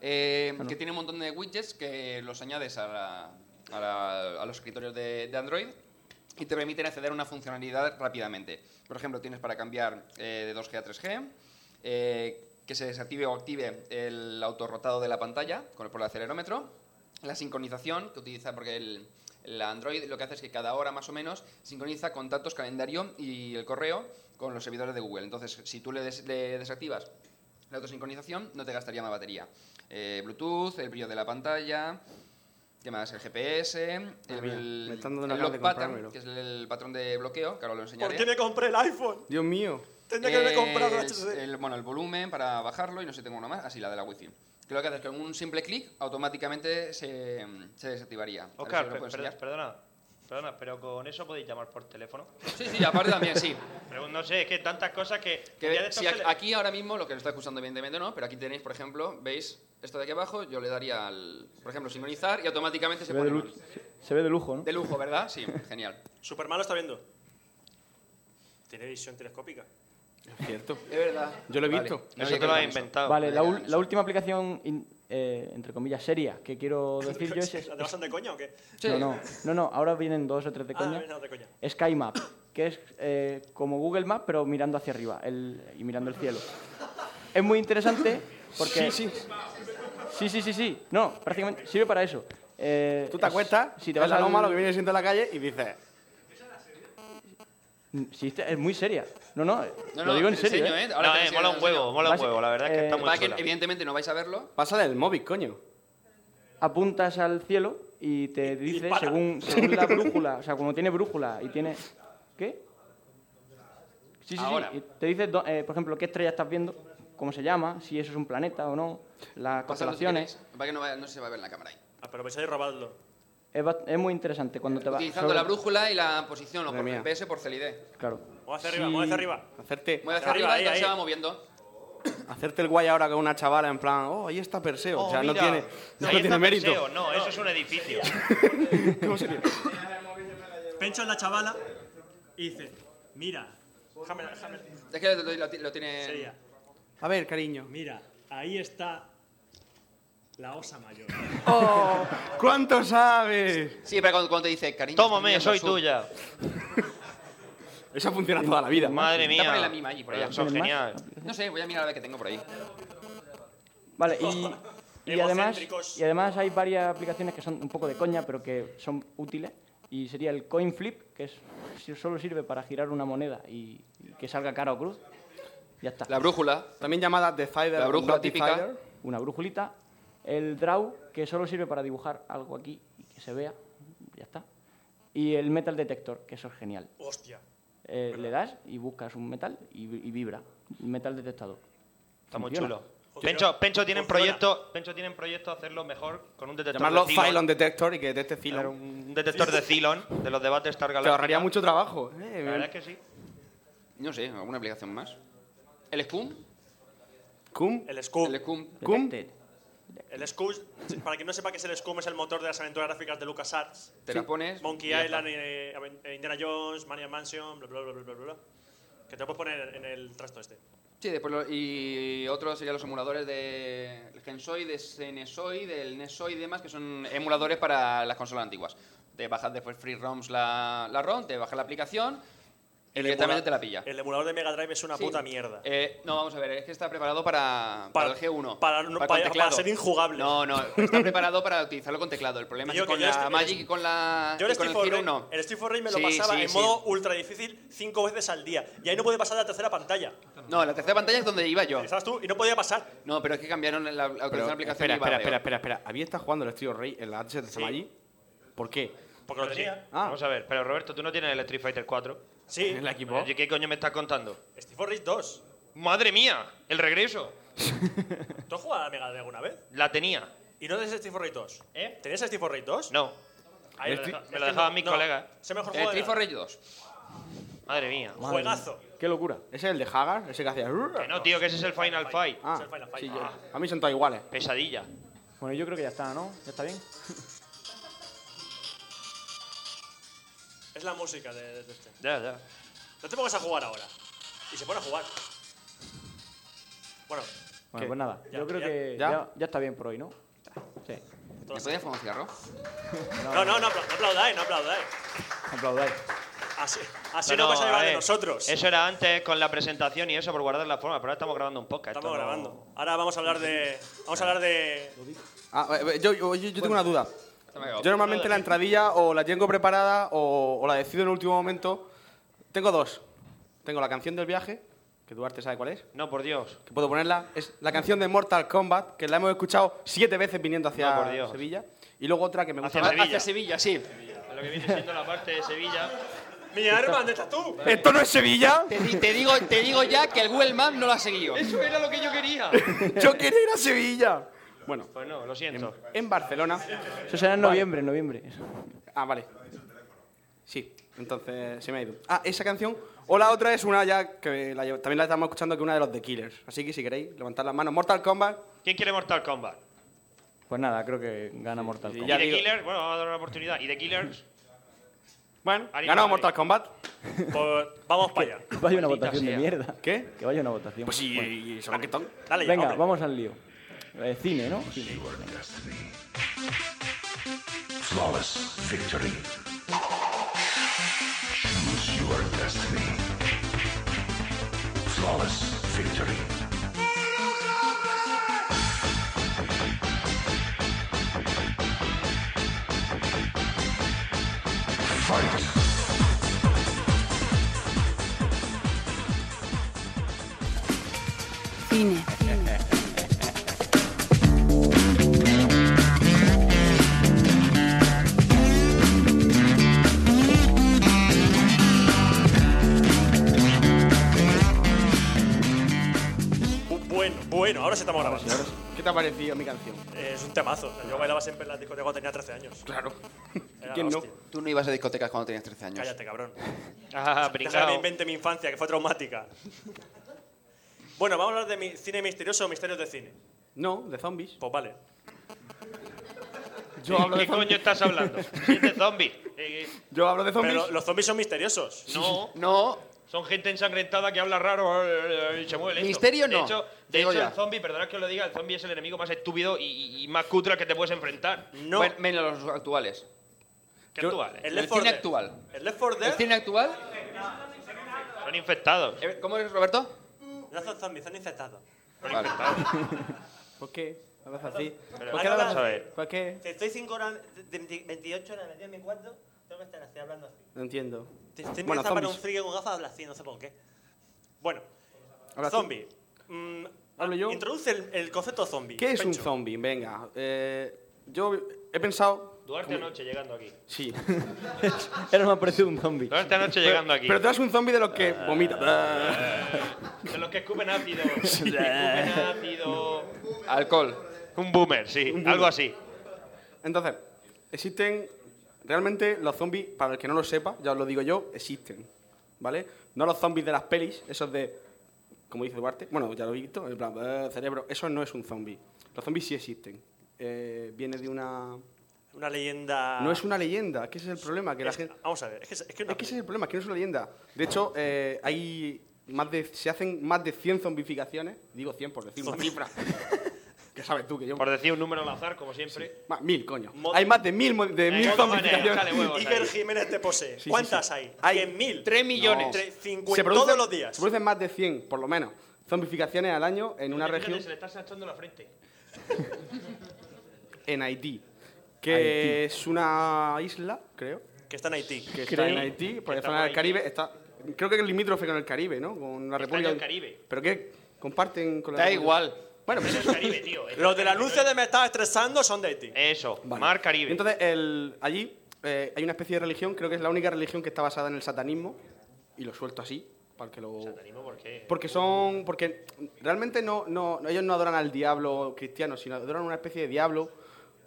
I: Eh, Que tiene un montón de widgets que los añades a, la- a la- a los escritorios de, de Android y te permiten acceder a una funcionalidad rápidamente. Por ejemplo, tienes para cambiar eh, de 2G a 3G, eh, que se desactive o active el autorrotado de la pantalla con el, por el acelerómetro, la sincronización que utiliza porque el, el Android lo que hace es que cada hora más o menos sincroniza contactos, calendario y el correo con los servidores de Google. Entonces, si tú le des- le desactivas la autosincronización no te gastaría más batería. Eh, Bluetooth, el brillo de la pantalla, ¿qué más? El GPS, el,
J: Madre mía,
I: el-
J: Ah, me están dando unas
I: el
J: ganas
I: lock
J: de
I: pattern,
J: comprármelo.
I: que es el, el patrón de bloqueo, que ahora lo enseñaré.
H: ¿Por qué me compré el iPhone?
J: Dios mío.
H: Tendría que haberme comprado
I: el-
H: HTC.
I: el- Bueno, el volumen para bajarlo y no sé, tengo uno más, así la de la wifi. Que lo que hace es que con un simple clic automáticamente se, se desactivaría. A ver si
K: Oscar,
I: lo puedo
K: per- per-
I: enseñar.
K: perdona, perdona, pero con eso podéis llamar por teléfono.
I: Sí, sí, aparte también, sí.
K: Pero no sé, es que tantas cosas que.
I: Que
K: un día de
I: si
K: estos
I: ac-
K: se le-
I: aquí ahora mismo lo que lo está escuchando evidentemente no, pero aquí tenéis, por ejemplo, veis esto de aquí abajo, yo le daría al, por ejemplo, sincronizar y automáticamente
G: Se
I: se,
G: ve, de
I: pone
G: lu-
I: on.
G: se- se ve de lujo, ¿no?
I: de lujo, ¿verdad? Sí, genial.
H: Superman lo está viendo. Tiene visión telescópica.
J: Cierto.
I: Es verdad.
J: Yo lo he
I: Vale.
J: visto.
I: No Eso había te lo has quedado en eso. inventado.
G: Vale, la,
I: No había
G: ul-
I: quedado en
G: la última aplicación, in- eh, entre comillas, seria, que quiero decir yo es... es-
H: ¿La te pasan de coña o qué?
G: no, no, no, no, ahora vienen dos o tres de
H: Ah,
G: coña.
H: vienen dos de coña.
G: Sky Map, que es eh, como Google Maps, pero mirando hacia arriba el- y mirando el cielo. Es muy interesante porque...
J: Sí, sí.
G: Sí, sí, sí, sí. No, prácticamente sirve para eso. Eh,
J: Tú te
G: es-
J: acuestas,
G: si te vas a
J: lo
G: al...
J: malo que viene siendo la calle y dices,
G: mm, Sí, esta es muy seria. No, no,
I: No,
G: lo
I: no,
G: digo en
I: te
G: serio.
I: enseño, ¿eh?
G: ¿eh?
I: Ahora
K: No,
I: te
K: eh,
I: enseño,
K: mola
I: te
K: un
I: enseño.
K: huevo, mola un huevo, la verdad es que
G: eh,
K: está muy
I: Para que
K: chula.
I: evidentemente no vais a verlo.
J: pásale el móvil, coño.
G: apuntas al cielo y te dice
H: dispara.
G: según, según la brújula, o sea, como tiene brújula y tiene... ¿Qué? Sí, sí, sí,
I: Ahora.
G: y Te dice, do- eh, por ejemplo, qué estrella estás viendo, cómo se llama, si eso es un planeta o no, las
I: Pasadlo si
G: constelaciones.
I: queréis, Para que no, vaya- no se va a ver en la cámara ahí.
H: Aprovechad y robadlo.
G: Es, ba- es muy interesante cuando te vas...
I: Utilizando la brújula y la posición, o
J: Madre
I: por
J: mía.
I: GPS por CLID.
G: Claro.
H: Mueve hacia arriba, mueve hacia arriba.
J: Hacerte,
I: Mueve hacia
H: Arriba,
I: arriba
H: ahí,
I: y ya
H: ahí.
I: se va moviendo.
J: hacerte el guay ahora con una chavala en plan, oh, ahí está Perseo. o sea, no
K: mira,
J: tiene, no
K: ahí
J: tiene
K: está
J: mérito.
K: Perseo, no, eso es un edificio.
J: ¿Cómo sería?
H: Pencho en la chavala y dice, mira, eh, déjame, déjame,
I: Es que lo, lo- lo tiene...
H: sería,
J: A ver, cariño.
H: mira, ahí está la osa mayor.
J: Oh, ¿Cuánto sabes?
I: Sí, pero cuando, cuando te dice, cariño...
K: Tómame,
I: estoy
K: soy
I: mirando sur.
K: tuya.
J: Eso funciona toda la vida.
K: Madre
I: Está por ahí la
K: mía.
I: misma, allí, por allá.
K: Son
G: ¿Tienen más?
K: geniales.
I: No sé, voy a mirar a ver qué tengo por ahí.
G: Vale, y, y además,
H: Egocéntricos.
G: y además hay varias aplicaciones que son un poco de coña, pero que son útiles. Y sería el coin flip, que es, si- solo sirve para girar una moneda y, y que salga cara o cruz. Ya está.
I: La brújula.
J: También llamada Decider.
I: La brújula
J: Dot
I: típica.
J: Decider.
G: Una brújulita. El draw, que solo sirve para dibujar algo aquí y que se vea. Ya está. Y el metal detector, que eso es genial.
H: Hostia.
G: eh, le das y buscas un metal y, vi- y vibra. Metal detectado.
K: Está muy
G: Funciona.
K: chulo. Pencho, Pencho tienen proyecto, Pencho tienen proyecto hacerlo mejor con un detector
J: Llamarlo
K: de Cylon.
J: Cylon Detector y que detecte Cylon.
K: Claro, un detector de Cylon de los debates Star
J: Te
K: Galactica.
J: ahorraría mucho trabajo. eh.
K: La verdad es que sí.
I: No sé, ¿alguna aplicación más? ¿El Scum?
J: ¿Cum?
H: El Scum.
I: El Scum.
H: El Scum, para quien no sepa qué es el Scum, es el motor de las aventuras gráficas de LucasArts.
I: Te la pones
H: Monkey
I: y ya
H: Island, eh, Aven- eh, Indiana Jones, Mania Mansion, bla, bla, bla, bla, bla, bla. Que te lo puedes poner en el trasto este.
I: Sí, después lo- y otros serían los emuladores de el Gensoy, de Senesoy, del Nesoy y demás, que son emuladores para las consolas antiguas. Te bajas después free ROMs la, la ROM, te bajas la aplicación y directamente
H: emula-
I: te la pilla.
H: El emulador de Mega Drive es una
I: Sí.
H: puta mierda.
I: Eh, no, vamos a ver, es que está preparado para, para, el G1.
H: para- no,
I: con
H: para-
I: teclado.
H: para ser injugable.
I: No, no, está preparado para utilizarlo con teclado. El problema
H: Yo que
I: es que con
H: yo
I: la
H: estoy-
I: Magic y con la.
H: Yo
I: y
H: el
I: con
H: Steve
I: el
H: for
I: Hero
H: Ray-
I: no.
H: el Steve for Ray me lo
I: Sí,
H: pasaba
I: sí,
H: en
I: sí.
H: modo ultra difícil cinco veces al día. Y ahí no podía pasar la tercera pantalla.
I: No, la tercera pantalla es donde iba yo.
H: Estabas tú y no podía pasar.
I: No, pero es que cambiaron la, la
J: Pero,
I: autorización de aplicación.
J: espera,
I: y iba
J: espera,
I: peor.
J: espera, espera, espera. ¿Había estado jugando el Estudio Rey en la H de Samayi? ¿Por qué?
H: Porque lo tenía. Ah,
K: Vamos a ver, pero Roberto, tú no tienes el Street Fighter 4.
H: Sí.
K: ¿En la equipo? ¿Qué coño me estás contando?
H: Steve for Ray 2.
K: ¡Madre mía! ¡El regreso!
H: ¿Tú has jugado a la Mega Drive alguna vez?
K: La tenía.
H: ¿Y no tenías Steve for Ray 2? ¿Eh? ¿Tenías Steve for Ray 2?
K: No.
H: Ahí
K: El
H: lo
K: Steve-
H: deja-
K: me
H: es
K: lo
H: que
K: dejaban mis colegas.
H: Es el mejor
I: El
K: Eh,
H: juego de
I: Eh, Street
H: la-
I: for Rage 2.
K: Madre mía.
H: Juegazo.
J: Qué locura. ¿Ese es el de Hagar? ¿Ese que hacía?
K: Que no, tío, que ese es el Final Fight.
J: Ah,
H: el Final Fight.
J: sí,
H: Ah.
J: yo- a mí son todos iguales.
K: Pesadilla.
G: Bueno, yo creo que ya está, ¿no? ¿Ya está bien?
H: Es la música de, de este.
K: Ya, ya.
H: No te pongas a jugar ahora. Y se pone a jugar. Bueno,
G: Bueno,
H: ¿Qué?
G: pues nada.
H: Ya,
G: yo creo
H: ya.
G: que
H: ¿Ya?
G: ¿Ya? ya está bien por hoy, ¿no? Sí.
I: ¿Me podías fumar un cigarro?
H: no, no, no, apla- no aplaudáis, no aplaudáis.
G: Aplaudáis.
H: Así, así no, vais a llevar
K: ver,
H: de nosotros.
K: Eso era antes con la presentación y eso por guardar la forma, pero ahora estamos grabando un podcast.
H: Estamos
K: esto no-
H: grabando. Ahora vamos a hablar de. Vamos a hablar de.
J: Ah, eh, yo, yo- yo tengo una duda.
I: me ha quedado.
J: Yo normalmente la entradilla o la tengo preparada o, o la decido en el último momento. Tengo dos. Tengo la canción del viaje, que Duarte sabe cuál es,
K: No, por Dios.
J: que puedo ponerla. Es la canción de Mortal Kombat, que la hemos escuchado siete veces viniendo hacia
K: No, por Dios.
J: Sevilla. Y luego otra que me gusta
K: Hacia
J: más.
K: Sevilla.
I: Sevilla, sí.
K: Lo que viene siendo la parte de Sevilla.
H: Mi arma, ¿dónde estás tú?
J: ¿Esto no es Sevilla?
I: Te, di- te digo, te digo ya que el Google Maps no lo ha seguido.
K: Eso era lo que yo quería.
J: yo quería ir a Sevilla. Bueno,
K: Pues no, lo siento.
J: en Barcelona.
G: Eso será en
J: Vale.
G: noviembre, en noviembre.
J: Ah, vale. Sí, entonces se me ha ido. Ah, esa canción. O la otra es una ya que la llevo- también la estamos escuchando que es una de los The Killers. Así que si queréis, levantad las manos. Mortal Kombat.
K: ¿Quién quiere Mortal Kombat?
G: Pues nada, creo que gana Mortal
K: Y
G: Kombat.
K: The Killers, bueno, vamos a dar una oportunidad. ¿Y The Killers?
J: Bueno,
K: Ari
J: ganado
K: Madrid.
J: Mortal Kombat.
H: Pues vamos para allá.
G: Vaya una
K: Maldita
G: votación de
K: sea.
G: mierda.
J: ¿Qué?
G: Que vaya una votación.
J: Pues sí,
G: Bueno,
J: y solo que ton.
H: Dale ya.
G: venga,
H: hombre.
G: vamos al lío. Eh, cine, ¿no? Cine.
A: Flawless victory. Choose your destiny. Flawless victory. Fight.
F: Cine.
H: Bu- Bueno, bueno, ahora sí estamos grabando.
J: ¿Qué te ha parecido mi canción?
H: Eh, Es un temazo. O sea, yo bailaba siempre en las discotecas cuando tenía 13 años.
J: Claro.
H: Era
J: ¿Quién
H: la
J: no?
H: hostia.
I: Tú no ibas a discotecas cuando tenías 13 años.
H: Cállate, cabrón.
K: Ah,
H: Déjame que
K: brincao.
H: invente mi infancia, que fue traumática. Bueno, vamos a hablar de mi cine misterioso o misterios de cine.
J: No, de zombies.
H: Pues vale.
J: Yo hablo de
K: ¿Qué coño
J: zombies.
K: estás hablando? Si es de zombies. Eh, eh,
J: Yo hablo de zombies.
H: Pero los zombies son misteriosos.
K: no.
I: No,
K: Son gente ensangrentada que habla raro eh, eh, y se mueve lento.
I: Misterio
K: de
I: no,
K: Hecho,
I: te
K: de
I: digo
K: hecho,
I: ya.
K: el zombie, perdonad que os lo diga, el zombie es el enemigo más estúpido y- y, y más cutre al que te puedes enfrentar.
H: No.
I: Bueno, menos los actuales.
K: ¿Qué
J: Yo-
K: actual, eh?
H: el
I: El
H: Left 4
I: cine
H: Dead.
I: actual.
H: El Left 4
I: El
H: Dead.
I: cine actual.
K: Son infectados.
I: eh, ¿Cómo es, Roberto?
H: No son zombies, son infectados.
I: Vale.
G: Pues
J: ¿Por qué? Hablas así.
K: Pero-
J: ¿Por qué
H: Ah,
J: hablas
K: vamos a
J: así?
K: ver.
J: ¿Por qué?
N: Si estoy 5 horas, de- de- 28 horas metido en mi cuarto, tengo que estar así hablando así.
J: No entiendo.
N: Te estoy
J: Bueno,
N: para un
J: zombies.
N: frío con gafas, habla así, no sé por qué.
H: Bueno,
J: Habla tú.
H: zombie. Mm,
J: Hablo yo.
H: Introduce el, el concepto zombie.
J: ¿Qué es un
H: Pencho.
J: zombie? Venga, eh, yo he pensado,
K: Duarte anoche llegando aquí.
J: Sí.
M: Era más parecido un zombie.
K: Duarte anoche llegando aquí.
J: Pero tú eres un zombie de los que vomita.
K: De los que escupen ácido. Escupen ácido.
I: Alcohol.
K: Un boomer, sí. Algo así.
J: Entonces, existen. Realmente los zombies, para el que no lo sepa, ya os lo digo yo, existen. ¿Vale? No los zombies de las pelis, esos de. Como dice Duarte, bueno, ya lo he visto, en plan, "Eh, cerebro, eso no es un zombie. Los zombies sí existen. Eh, viene de una.
H: Una
K: Ah.
H: leyenda.
J: No es una leyenda, que ese es el problema. Que la
H: Es-
J: gente...
H: Vamos a ver, es que es, es que no-
J: Es que ese es el problema, es que no es una leyenda. De hecho, eh, hay más de, se hacen más de 100 zombificaciones. Digo 100 por decir una
K: Zombi-
J: cifra. que sabes tú que yo...
K: Por decir un número al azar, como siempre.
J: Más, mil, coño.
K: Mo-
J: hay más de mil, mo- de
K: Eh,
J: mil
K: modo manera,
J: zombificaciones.
K: échale huevos
H: Iker
K: ahí.
H: Jiménez te posee.
J: sí,
H: ¿Cuántas
J: sí.
H: hay?
J: Hay
H: 100.000.
I: Tres millones.
J: No.
H: Tre-
J: Se
H: 50
J: producen-
H: todos los días.
J: Se producen más de 100, por lo menos, zombificaciones al año en una
K: Fíjate,
J: región,
K: Se le está sachando la frente.
J: en Haití, que
M: Haití.
J: es una isla, creo,
H: Que está en Haití.
J: que está en
M: Creo
J: Haití, por
K: que
J: la
K: está
J: zona del
K: por
J: Caribe, está, creo que es limítrofe con el Caribe, ¿no? Con
K: Está
J: la
K: en
J: República...
K: el Caribe.
J: ¿Pero qué? ¿Comparten con la
I: Da
J: República?
I: igual.
J: Bueno,
K: Es el Caribe, tío. Eh, Es el
H: Los del
K: Caribe,
H: anuncio de me estás estresando son de Haití.
K: ¿no? Eso,
J: Vale.
K: Mar Caribe.
J: Entonces, el- allí eh, hay una especie de religión, creo que es la única religión que está basada en el satanismo, y lo suelto así, para que lo...
K: Satanismo, ¿por qué?
J: Porque son. Porque realmente no, no, ellos no adoran al diablo cristiano, sino adoran una especie de diablo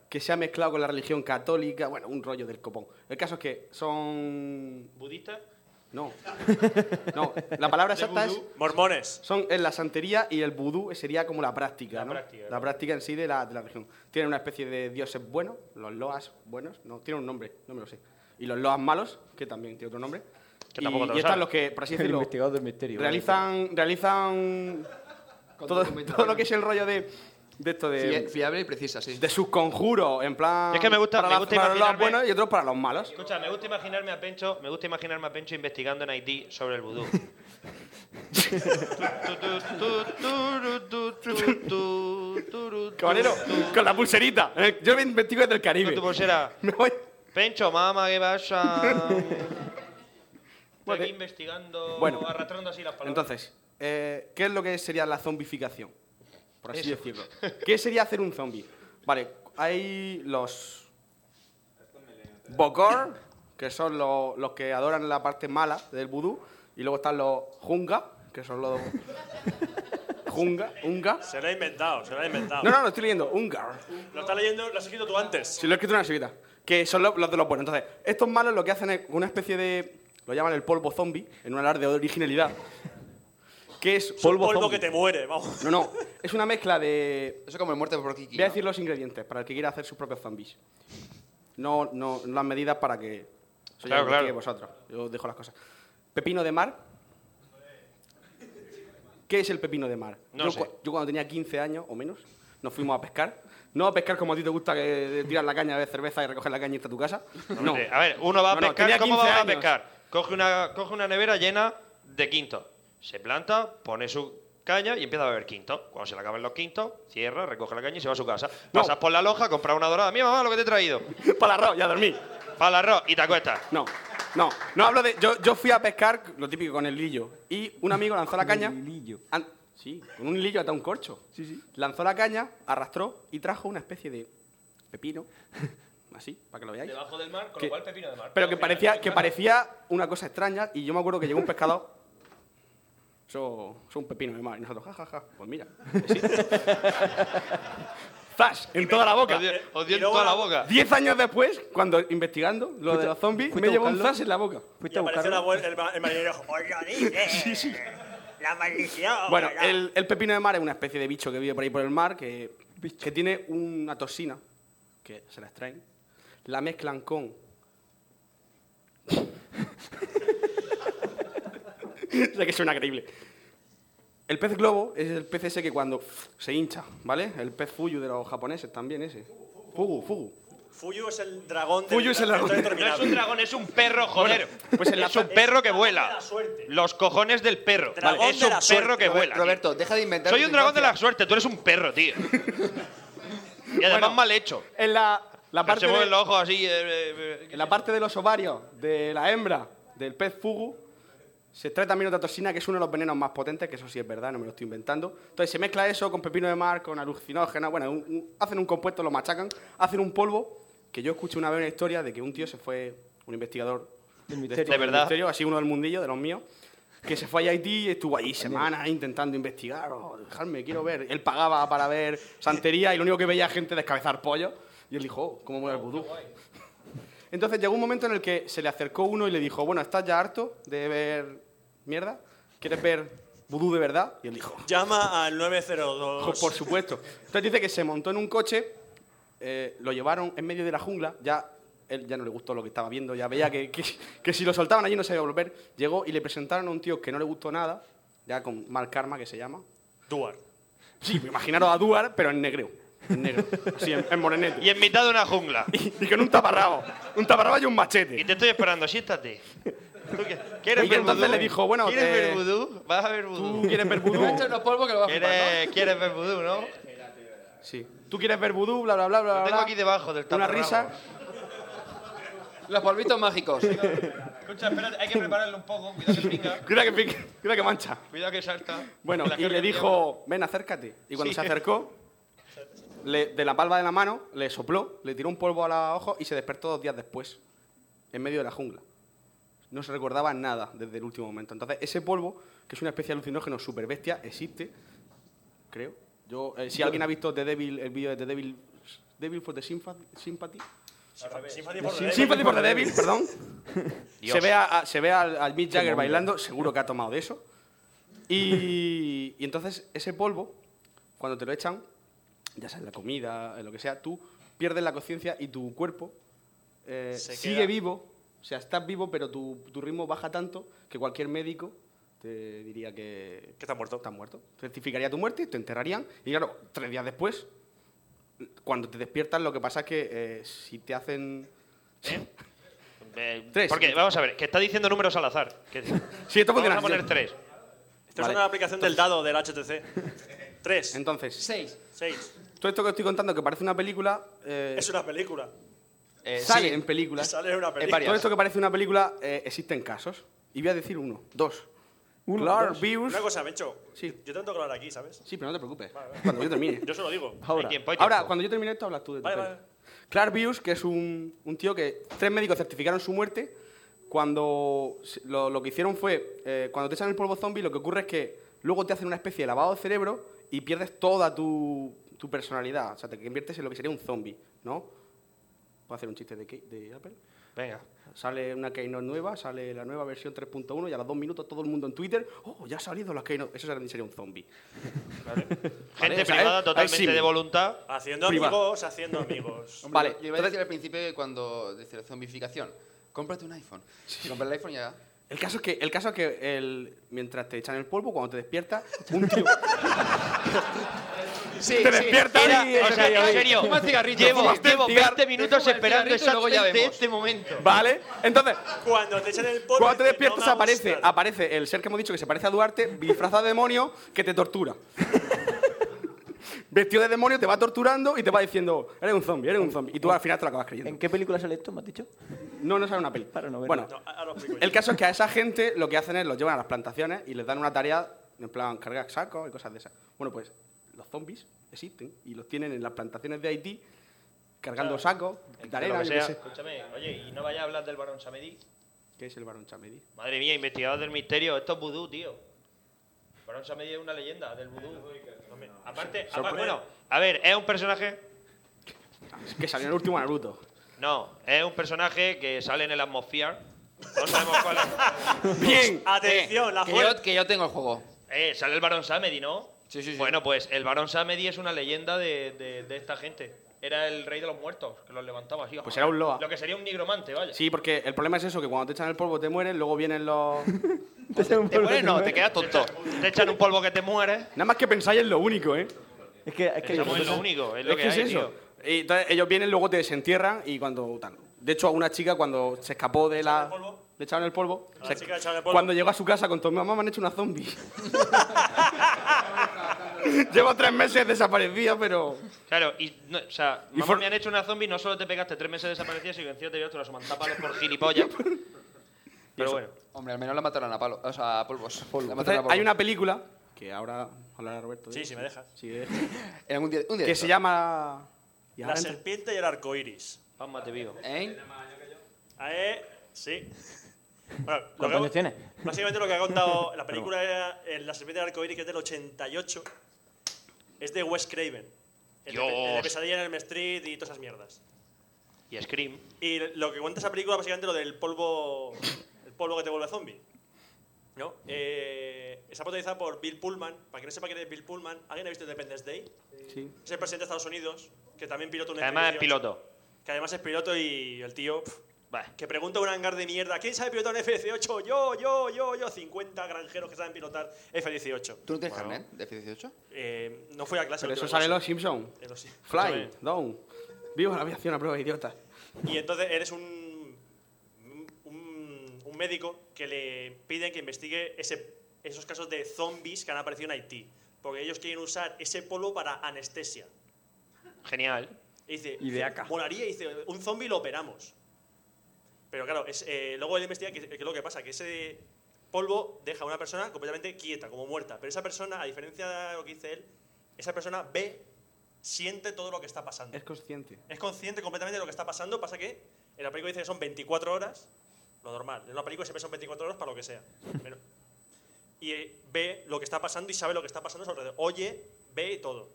J: que se ha mezclado con la religión católica. Bueno, un rollo del copón. El caso es que son.
K: ¿Budista?
J: No. No, la palabra exacta es.
H: Mormones.
J: Son en la santería y el vudú sería como la práctica,
K: La
J: ¿no?
K: práctica,
J: la
K: ¿no?
J: práctica en sí de la, de la religión. Tienen una especie de dioses buenos, los loas buenos, no, tiene un nombre, no me lo sé. Y los loas malos, que también tiene otro nombre.
K: Que
J: y,
K: tampoco te lo
J: y están
K: sabes.
J: los que, por así
M: El
J: decirlo,
M: investigador del misterio.
J: realizan, realizan todo, todo lo que es el rollo de, de esto
I: Fia-
K: Em,
J: de,
I: Fiable y precisa, sí.
J: de sus conjuros, en plan
K: Es que me gusta-
J: para,
K: me
J: la-
K: gusta
J: para los
K: imaginarme-
J: buenos y otros para los malos.
K: Escucha, me gusta imaginarme a Pencho, me gusta imaginarme a Pencho investigando en Haití sobre el vudú.
J: Caballero, con la pulserita. eh, Yo me investigo desde el
K: Con
J: Caribe.
K: tu pulsera.
J: Me voy.
K: Pencho, mamá, ¿qué pasa? Estoy
J: Bueno,
K: aquí investigando,
J: bueno.
K: arrastrando así las palabras.
J: Entonces, eh, ¿qué es lo que sería la zombificación? Por así decirlo. ¿Qué sería hacer un zombie? Vale, hay los. Bokor, que son los, los que adoran la parte mala del vudú, y luego están los Junga, que son los. Junga, Unga.
H: Se lo ha inventado, se lo ha inventado.
J: No, no, lo estoy leyendo, Ungar.
H: Lo está leyendo, lo has escrito tú antes.
J: Si lo he escrito en una servilleta. Que son los, los de los buenos. Entonces, estos malos lo que hacen es una especie de. Lo llaman el polvo zombie, en un alarde de originalidad. Que es.
H: Es un polvo
J: zombie.
H: que te muere, vamos.
J: No, no. Es una mezcla de.
I: Eso como el muerte por Kiki.
J: Voy a
I: ¿no?
J: decir los ingredientes para el que quiera hacer sus propios zombies. No, no, las medidas para que. Eso ya
K: Claro,
J: lo
K: claro.
J: decís vosotros. Yo os dejo las cosas. Pepino de mar. ¿Qué es el pepino de mar?
K: No
J: yo,
K: sé.
J: cua- yo cuando tenía 15 años o menos, nos fuimos a pescar. No a pescar como a ti te gusta que tirar la caña, beber cerveza y recoger la caña y irte a tu casa. No.
K: Hombre, A ver, uno va a
J: No, no,
K: pescar,
J: tenía
K: ¿cómo
J: 15
K: va a
J: años.
K: pescar? Coge una, coge una nevera llena de quintos. Se planta, pone su caña y empieza a beber quintos. Cuando se le acaban los quintos, cierra, recoge la caña y se va a su casa.
J: No.
K: Pasas por la loja, compras una dorada. Mira, mamá, lo que te he traído.
J: Para arroz, ya dormí.
K: Para el arroz y te acuestas.
J: No, no, no hablo de. Yo, yo fui a pescar, lo típico, con el lillo. Y un amigo lanzó la
M: Con
J: caña.
M: el lillo.
J: An- sí, con un lillo hasta un corcho.
M: Sí, sí.
J: Lanzó la caña, arrastró y trajo una especie de pepino. Así, para que lo veáis.
K: Debajo del mar, con
J: Que-
K: lo cual pepino de mar.
J: Pero que parecía, que parecía una cosa extraña. Y yo me acuerdo que llegó un pescador. Eso eso es un pepino de mar. Y nosotros, jajaja, pues mira. sí. ¡Zas! En toda la boca. Eh,
K: Os dio, os dio
H: Y
K: en
H: luego
K: toda la
H: la-
K: boca.
J: Diez años después, cuando investigando lo de los zombies,
M: fuiste
J: me
M: a
J: llevó un
M: buscarlo?
J: zas en la boca.
H: Y
M: Fuiste a
H: apareció la
M: buscarlo.
H: abuela- el, ma- el marinero. ¡Os lo dije! ¡La
M: Ah,
H: maldición!
J: Bueno,
H: ¿verdad?
J: el, el pepino de mar es una especie de bicho que vive por ahí por el mar que, que tiene una toxina que se la extraen, la mezclan con. sé que suena creíble. El pez globo es el pez ese que cuando se hincha, ¿vale? El pez fuyu de los japoneses también ese. Fugu, fugu.
H: Fuyu es el dragón
J: Fuyu es el dragón.
K: No es un dragón, es un perro, joder.
J: pues en la
K: es un
J: pa-
K: perro que
H: de
K: vuela.
H: la suerte.
K: Los cojones del perro.
H: Dragón
K: Vale, es
H: de
K: un
H: la
K: perro
H: suerte.
K: que vuela. tío.
I: Roberto, deja de inventar.
K: Soy
I: tu
K: un dragón de la
I: infancia.
K: suerte, tú eres un perro, tío. Y además mal hecho.
J: En la, la parte
K: se
J: de-
K: mueven los ojos así. eh, eh, eh,
J: En la parte de los ovarios de la hembra del pez fugu se extrae también otra toxina que es uno de los venenos más potentes, que eso sí es verdad, no me lo estoy inventando. Entonces se mezcla eso con pepino de mar, con alucinógena, bueno, un- un- hacen un compuesto, lo machacan, hacen un polvo que yo escuché una vez una historia de que un tío se fue, un investigador
M: Del
J: de,
M: misterio.
J: estos
M: De
J: del
M: verdad.
J: misterio, así uno del mundillo, de los míos, que se fue allá a Haití y estuvo allí semanas intentando investigar, oh, dejarme, quiero ver. Él pagaba para ver santería y lo único que veía era gente descabezar pollo. Y él dijo, oh, ¿cómo muere el vudú? Entonces llegó un momento en el que se le acercó uno y le dijo, bueno, ¿estás ya harto de ver mierda? ¿Quieres ver vudú de verdad? Y él dijo,
H: Llama al 902.
J: Jo, por supuesto. Entonces dice que se montó en un coche, eh, lo llevaron en medio de la jungla, ya él ya no le gustó lo que estaba viendo, ya veía que, que- que si lo soltaban allí no se iba a volver. Llegó y le presentaron a un tío que no le gustó nada, ya con mal karma que se llama.
H: Duar.
J: Sí, imaginaros a Duar, pero en negro. En negro. Así, en, en morenete.
K: Y en mitad de una jungla.
J: y, con un taparrabo. Un taparrabo y un machete.
K: Y te estoy esperando, siéntate. ¿Tú qué- ¿Quieres
J: Oye,
K: ver
J: entonces
K: vudú?
J: le dijo, bueno,
K: ¿Quieres
J: eh,
K: ver vudú? ¿Vas a ver vudú?
J: ¿Tú quieres ver vudú?
K: ¿Quieres, quieres ver vudú, no?
J: Sí. ¿Tú quieres ver vudú? Bla, bla, bla, bla.
K: Lo tengo
J: bla.
K: aquí debajo del
J: Una
K: taparrabo.
J: risa.
I: Los polvitos mágicos.
K: Eh, Escucha, espérate, hay que prepararlo un poco. Cuidado que pica,
J: Cuidado que, pica, cuidado que mancha.
K: cuidado que salta.
J: Bueno,
K: La
J: y
K: carga
J: le
K: que
J: dijo, ven, acércate. Y cuando
K: Sí.
J: se acercó, le- de la palma de la mano, le sopló, le tiró un polvo a los ojos y se despertó dos días después, en medio de la jungla. No se recordaba nada desde el último momento. Entonces, ese polvo, que es una especie de alucinógeno super bestia, existe, creo. Yo, eh, si alguien ha visto The Devil, el vídeo de The Devil, Devil for the Sympha- Sympathy,
H: Sympathy
J: por
H: for the Devil.
J: Sympathy for the Devil, perdón.
H: Dios.
J: Se ve, a- a- se ve al, al Mick
H: Qué
J: Jagger
H: momento.
J: bailando, seguro que ha tomado de eso. Y, y entonces ese polvo, cuando te lo echan, ya sea en la comida, en lo que sea, tú pierdes la conciencia y tu cuerpo eh,
H: Se
J: sigue
H: queda.
J: vivo. O sea, estás vivo, pero tu, tu ritmo baja tanto que cualquier médico te diría que... Que
H: está muerto.
J: Está muerto. Certificaría tu muerte, te enterrarían y claro, tres días después, cuando te despiertas, lo que pasa es que eh, si te hacen...
K: Eh,
J: Tres.
K: Porque, vamos a ver, que está diciendo números al azar. Que-
J: Sí, esto
K: vamos
J: funciona
K: a
J: así.
K: poner tres.
H: Estoy usando la aplicación del dado del HTC. Tres.
J: Entonces...
I: Seis.
H: Seis.
J: Todo esto que estoy contando, que parece una película, eh,
H: Es una película.
J: sale en películas.
H: Sale en una película.
J: Todo esto que parece una película, eh, existen casos. Y voy a decir uno, dos. Clark Beers-
H: Una cosa, Bencho. Yo tengo que hablar aquí, ¿sabes?
J: Sí, pero no te preocupes. Cuando yo termine.
H: Yo se lo digo.
J: Ahora, ahora, cuando yo termine esto, hablas tú de tu
H: Vale,
J: peli.
H: vale.
J: Clark Bius, que es un, un tío que tres médicos certificaron su muerte, cuando se- lo, lo que hicieron fue, eh, cuando te echan el polvo zombie, lo que ocurre es que luego te hacen una especie de lavado de cerebro y pierdes toda tu, tu personalidad. O sea, te conviertes en lo que sería un zombie, ¿no? ¿Puedo hacer un chiste de, Kate- de Apple?
K: Venga.
J: Sale una Keynote nueva, sale la nueva versión 3.1 y a los dos minutos todo el mundo en Twitter, ¡oh, ya ha salido la Keynote! Eso sería un zombie.
K: Gente
J: o sea, eh,
K: privada
J: es-
K: totalmente
J: es simple.
K: de voluntad.
H: Haciendo
J: Priva.
H: amigos, haciendo amigos.
I: Hombre, Yo iba a decir al principio que cuando decía la zombificación, cómprate un iPhone. Si compras el iPhone ya.
J: El caso es que, el caso es que el- mientras te echan el polvo, cuando te despiertas, un tío.
I: Sí,
J: Te despiertas
K: Era-
J: y-
K: o sea,
J: Fuma
K: en serio,
I: cigarrito,
K: llevo,
J: fumas un
K: llevo
J: cigarro,
K: 20 minutos
I: fumas el
K: esperando
I: cigarrito y luego ya
K: exactamente
I: vemos.
K: este momento.
J: ¿Vale? Entonces,
H: Cuando te echan el polvo.
J: cuando te
H: dices, no
J: despiertas,
H: me ha
J: aparece,
H: gustado.
J: aparece el ser que hemos dicho que se parece a Duarte, disfrazado de demonio, que te tortura. Vestido de demonio, te va torturando y te va diciendo, eres un zombie, eres un zombie. Y tú al final te lo acabas creyendo.
M: ¿En qué película sale esto, me has dicho?
J: No, no sale una peli. bueno, el caso es que a esa gente lo que hacen es los llevan a las plantaciones y les dan una tarea, en plan, cargar sacos y cosas de esas. Bueno, pues los zombies existen y los tienen en las plantaciones de Haití cargando
K: Claro.
J: sacos, de
K: Lo
J: arena,
K: que
J: yo
K: sea.
J: qué sé.
K: Escúchame, oye, y no vayas a hablar del Barón Samedi.
J: ¿Qué es el Barón Chamedi?
K: Madre mía, investigador del misterio, esto es vudú, tío. Barón Samedi es una leyenda del vudú. Aparte,
J: Son-
K: aparte- bueno, a ver, es un personaje
J: Es que salió en el último Naruto.
K: No, es un personaje que sale en el Atmosphere. No sabemos cuál es.
J: Bien. Eh,
K: Atención, la
I: que
K: fuerza.
I: yo, que yo tengo el juego.
K: Eh, sale el Barón Samedi, ¿no? Sí, sí, sí. Bueno, pues el Barón Samedi es una leyenda de, de- de esta gente. Era el rey de los muertos, que los levantaba así.
J: Pues era un loa.
K: Lo que sería un nigromante, vaya.
J: Sí, porque el problema es eso, que cuando te echan el polvo te mueren, luego vienen los...
K: Te pones, no, te quedas tonto. Te echan un polvo que te mueres.
J: Nada más que pensáis en lo único, ¿eh?
M: Es que, es
K: que- Pensamos en lo único, es lo que
J: es
K: hay,
J: eso.
K: tío.
J: Y entonces ellos vienen, luego te desentierran y cuando tal. De hecho, a una chica cuando se escapó de la... Le echaron el polvo.
H: A la
J: se-
H: chica le echaron el polvo.
J: Cuando llegó a su casa contó, mi mamá me han hecho una zombie. Llevo tres meses desaparecida, pero...
K: Claro, y, no- o sea,
J: Y
K: mamá,
J: for-
K: me han hecho una zombie, no solo te pegaste tres meses desaparecido, sino que encima te dieron las mantápalos por gilipollas. Pero bueno.
I: Hombre, al menos la mataron a palo, o sea, a polvos. La
J: Entonces,
I: mataron a polvos.
J: hay una película, que ahora hablará Roberto. de
H: Sí,
J: eso.
H: si me dejas.
J: Sí, de-
I: En algún día- un día de
J: que
I: esto.
J: se llama... y
H: La
J: ahora entra-
H: serpiente y el arco iris.
K: Palma de Vigo.
I: ¿Eh?
H: Eh, sí. Bueno, lo que-
G: ¿Cuántos años tiene?
H: Básicamente lo que ha contado la película era eh, La serpiente del arcoíris, que es del 88. Es de Wes Craven. El de, pe- el de
K: Dios.
H: Pesadilla en el Street y todas esas mierdas.
K: Y Scream.
H: Y lo que cuenta esa película básicamente lo del polvo, el polvo que te vuelve zombie. ¿No? Eh, está protagonizada por Bill Pullman. Para quien no sepa quién es Bill Pullman, ¿alguien ha visto Independence Day?
J: Sí.
H: Es el presidente de Estados Unidos, que también pilota un
K: Además es
H: F-18.
K: piloto.
H: Que además es piloto y el tío. pf, Que pregunta a un hangar de mierda: ¿Quién sabe pilotar un F-18? Yo, yo, yo, yo. 50 granjeros que saben pilotar F-18.
I: ¿Tú no tienes carnet de F-18?
H: Eh, no fui a clase.
J: Pero
H: la
J: eso
H: última
J: sale en
H: clase.
J: los Simpsons.
H: En los Simpsons.
J: Fly, down. Viva la aviación a prueba de idiota.
H: Y entonces eres un, un, un médico que le piden que investigue ese, esos casos de zombies que han aparecido en Haití. Porque ellos quieren usar ese polvo para anestesia.
K: Genial.
H: Y dice,
K: Y de AK.
H: molaría, y dice, un zombie lo operamos. Pero claro, es, eh, luego él investiga que, que lo que pasa, que ese polvo deja a una persona completamente quieta, como muerta. Pero esa persona, a diferencia de lo que dice él, esa persona ve, siente todo lo que está pasando.
J: Es consciente.
H: Es consciente completamente de lo que está pasando, pasa que en la película dice que son 24 horas, lo normal. En una película siempre son 24 horas para lo que sea. Pero- y eh, ve lo que está pasando y sabe lo que está pasando a su alrededor. Oye, ve y todo.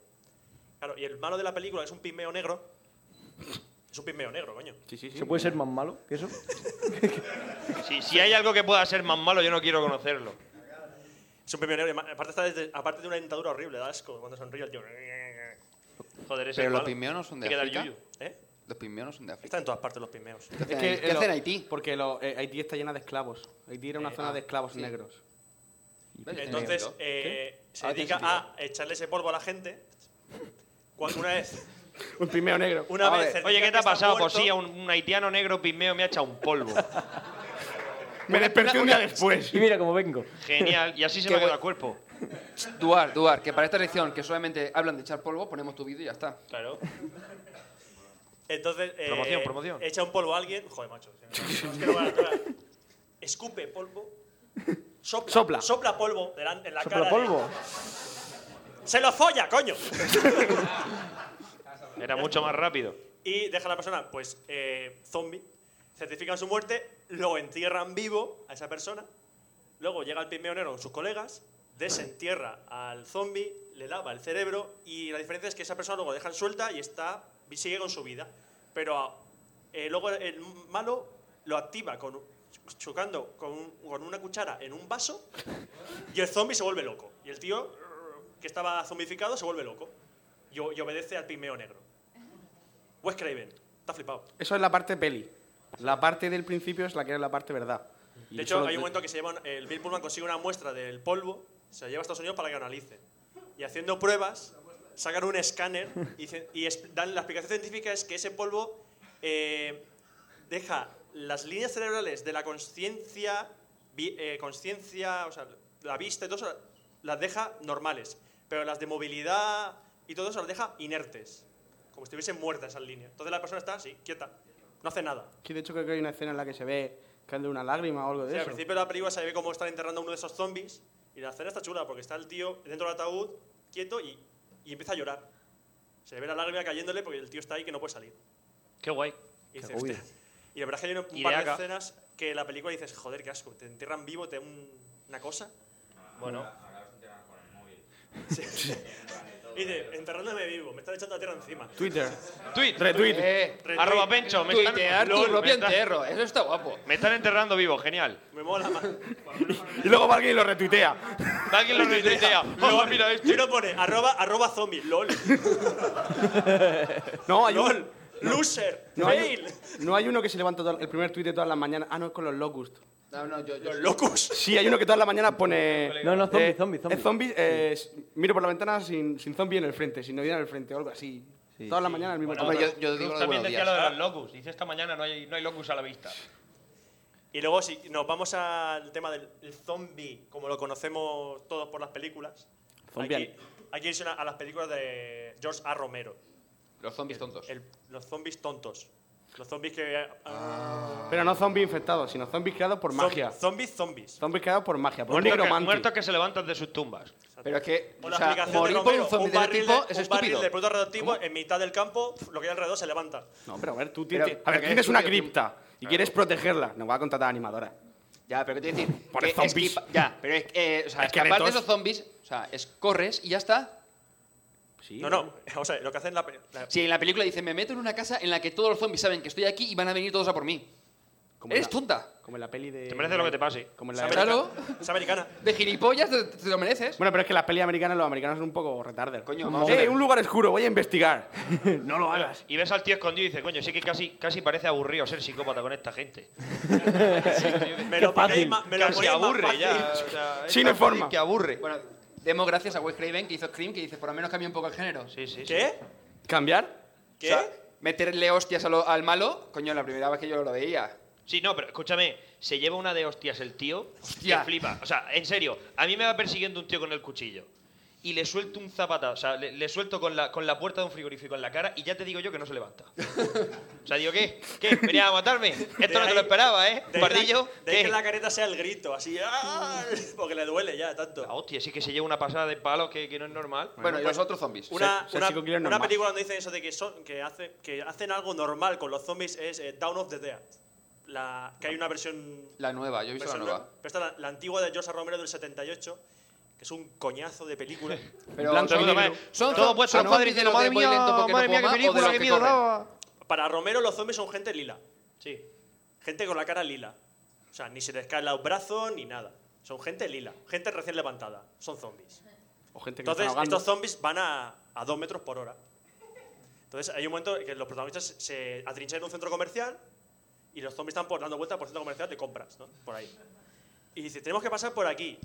H: Claro, y el malo de la película es un pigmeo negro. Es un pigmeo negro, coño.
M: ¿Se puede ser más malo que eso?
K: Si, si hay algo que pueda ser más malo, yo no quiero conocerlo.
H: Es un pigmeo negro. y ma- Aparte, está desde- aparte de una dentadura horrible, da asco cuando sonríe el tío.
K: Joder, ese
I: Pero
K: es
I: los
K: malo.
I: pigmeos no son de
K: Hay que dar
I: África.
K: yuyu.
H: ¿Eh?
I: Los pigmeos no son de África.
H: Está en todas partes los pigmeos.
I: ¿Qué hacen ahí? ¿Qué hacen ahí?
J: Haití? Porque lo- eh, Haití está llena de esclavos. Haití era una
H: Eh,
J: zona
H: ah,
J: de esclavos
H: sí.
J: negros.
H: Entonces, eh, se
J: Ahora
H: dedica
J: tiene
H: a echarle ese polvo a la gente. Cuando una vez
J: Un pimeo negro.
H: Una
K: A
H: vez
K: ver.
H: certifica
K: Oye, ¿qué
H: que
K: te ha
H: está
K: pasado? Pues
H: muerto.
K: sí, a un, un haitiano negro pigmeo me ha echado un polvo.
J: Me desperté un día después.
M: Y mira cómo vengo.
K: Genial. Y así se me
I: Qué
K: ha quedado
I: bueno.
K: el cuerpo.
I: Duar, Duar, que para esta lección que solamente hablan de echar polvo, ponemos tu vídeo y ya está.
K: Claro.
H: Entonces, eh,
I: Promoción, promoción.
H: echa un polvo a alguien. Joder, macho. se me- es que no va a natural. Escupe polvo. Sopla.
J: Sopla.
H: polvo delan- en la
M: ¿Sopla
H: cara. de-
M: polvo?
H: ¡Se lo folla, coño!
K: Era mucho más rápido.
H: y deja a la persona, pues, eh, zombie. Certifican su muerte, lo entierran vivo a esa persona. Luego llega el pigmeo negro con sus colegas, desentierra al zombie, le lava el cerebro y la diferencia es que esa persona luego la dejan suelta y está y sigue con su vida. Pero ah, eh, luego el malo lo activa con, chocando con, un- con una cuchara en un vaso y el zombie se vuelve loco. Y el tío que estaba zombificado se vuelve loco y, o- y obedece al pigmeo negro. Wes Craven, está flipado.
J: Eso es la parte peli. La parte del principio es la que es la parte verdad. Y
H: De hecho,
J: eso-
H: hay un momento que se lleva, un- el Bill Pullman consigue una muestra del polvo, se la lleva a Estados Unidos para que analice. Y haciendo pruebas, sacan un escáner y, dicen- y es- dan la explicación científica es que ese polvo eh, deja las líneas cerebrales de la conciencia, vi- eh, conciencia, o sea, la vista y todo eso, las deja normales. Pero las de movilidad y todo eso las deja inertes, como si estuviesen muertas esas líneas. Entonces la persona está así, quieta, no hace nada.
J: Sí, de hecho creo que hay una escena en la que se ve caer una lágrima o algo de
H: Sí, al
J: eso.
H: principio de la película se ve cómo están enterrando a uno de esos zombies y la escena está chula porque está el tío dentro del ataúd, quieto y, y empieza a llorar. Se le ve la lágrima cayéndole porque el tío está ahí que no puede salir.
K: Qué guay.
H: Y, dices,
K: agobio.
H: "Hostia". Y la verdad es que hay un
K: Y
H: par
K: de
H: de
K: acá.
H: escenas que la película dices, joder, qué asco, te entierran vivo, te un- una cosa.
K: Bueno.
H: Sí. y dice, enterrándome vivo, me están echando la tierra encima.
J: Twitter.
K: Tweet.
J: Retweet.
I: Eh,
H: Retweet.
K: Arroba Pencho. Me están,
I: Tuitear tu
K: Lol,
I: propio
K: me están-
I: entierro. Eso está guapo.
K: Me están enterrando vivo. Genial.
H: Me mola más.
K: Ah,
J: Y luego va alguien y lo retuitea.
K: Alguien lo retuitea. Oh, mira
H: Y
K: este.
H: uno pone, arroba, arroba zombie, lol,
J: No, hay un-
H: lol, loser,
J: No hay,
H: fail.
J: no hay uno que se levanta todo- el primer tuit de todas las mañanas. Ah, no, es con los locust.
I: No, no, yo, yo-
H: Locus.
J: Sí, hay uno que todas las mañanas pone...
M: No, no, zombie,
J: eh,
M: zombie, zombie.
J: Es zombie, eh, miro por la ventana sin, sin zombie en el frente, sin novedad en el frente o algo así. todas las mañanas el mismo
I: Hombre,
J: tuit.
I: yo, yo digo
K: Rus
I: lo de
K: también
I: buenos
K: decía
I: días. Ah.
K: lo de los locus. Dice esta mañana no hay, no hay locus a la vista.
H: Y luego, si nos vamos al tema del el zombie, como lo conocemos todos por las películas,
J: Zombie
H: hay que- hay que irse a a las películas de George A. Romero,
I: Los zombies tontos.
H: el- los zombies tontos. Los zombies que. ah,
J: Pero no zombies infectados, sino zombies creados por
H: Zom-
J: magia.
H: Zombies, zombies.
J: Zombies creados por magia. Por un
K: Muertos que,
J: nigromante.
K: muertos que se levantan de sus tumbas.
I: Pero es que,
H: O la explicación de Romero, un
I: este
H: barril de, un barril de producto radioactivo en mitad del campo, pf, lo que hay alrededor se levanta.
J: No, pero a ver, tú
I: Pero-
J: tienes, a
I: pero
J: ver,
I: que
J: tienes
I: es
J: una
I: estúpido,
J: cripta y quieres protegerla. Nos va a contratar animadora.
I: Ya, pero ¿qué te decir?
J: Por
I: Que
J: zombies.
I: esquipa- ya, pero es que, eh, o sea, escapar de
J: Esqueletos.
I: esos zombies, o sea, es corres y ya está.
H: No, no, o sea, lo que hacen la, la-
I: Si en la película dicen, me meto en una casa en la que todos los zombies saben que estoy aquí y van a venir todos a por mí. Eres
J: la-
I: tonta.
J: Como en la peli de.
K: Te merece lo que te pase.
J: Como en la
I: ¿Sabes? Claro.
H: Es americana.
I: De gilipollas te, te lo mereces.
J: Bueno, pero es que las pelis americanas, los americanos son un poco retarders. Coño,
K: vamos a
J: ¡Eh,
K: ver.
J: un lugar oscuro! Voy a investigar. no lo
H: Ah.
J: hagas.
K: Y ves al tío escondido y dices, coño, sí que casi, casi parece aburrido ser psicópata con esta gente.
H: me lo
K: ponéis
H: ma- me lo
K: Casi
H: ponéis más
K: aburre
H: fácil.
K: ya. o sea, es
J: Sin
K: tan
J: forma.
K: fácil Que aburre.
I: Bueno, demos gracias a Wes Craven que hizo Scream, que dice, por lo menos cambia un poco el género.
K: Sí, sí.
H: ¿Qué?
J: ¿Cambiar?
H: ¿Qué?
I: O sea, meterle hostias a lo- al malo, coño, la primera vez que yo lo veía.
K: Sí, no, pero escúchame, se lleva una de hostias el tío
I: Hostia.
K: que flipa. O sea, en serio, a mí me va persiguiendo un tío con el cuchillo y le suelto un zapata, o sea, le, le suelto con la, con la puerta de un frigorífico en la cara y ya te digo yo que no se levanta. o sea, digo, ¿qué? ¿Qué? ¿Venía a matarme?
H: De
K: Esto no
H: ahí-
K: te lo esperaba, ¿eh?
H: de ahí
K: Pardillo,
H: la- De ahí
K: ¿qué?
H: que la careta sea el grito, así. ¡ah! Porque le duele ya tanto.
K: Ah, hostia, sí que se lleva una pasada de palos que, que no es normal.
I: Bueno, y los otros zombies.
H: Una,
J: Sex-
H: una-
J: Sexico Killer
H: una
J: normal.
H: película donde dicen eso de que, son, que, hace, que hacen algo normal con los zombies es eh, Down of the Dead. La, que hay una versión.
I: La nueva, yo he visto Pues la
H: versión
I: nueva.
H: nueva. Pero esta es la, la antigua de George Romero del 78, que es un coñazo de película.
I: Pero
J: Blanco
I: son-
J: y negro.
I: son
K: Todo puesto
I: son
K: en cuadro
I: zombies de
K: diciendo,
I: los de
K: madre
I: voy
K: mía,
I: lento porque
K: madre
I: no
K: mía,
I: puedo
K: qué
I: más, o de
K: película,
I: los
K: qué
I: que
K: miedo
I: corren.
K: daba.
H: Para Romero, los zombies son gente lila.
K: Sí.
H: Gente con la cara lila. O sea, ni se les caen los brazos ni nada. Son gente lila. Gente recién levantada. Son zombies.
J: O gente que
H: Entonces,
J: está ahogando.
H: estos zombies van a, a dos metros por hora. Entonces, hay un momento en que los protagonistas se atrincheran en un centro comercial y los zombies están por, dando vueltas por el centro comercial de compras, ¿no? Por ahí. Y dice, tenemos que pasar por aquí.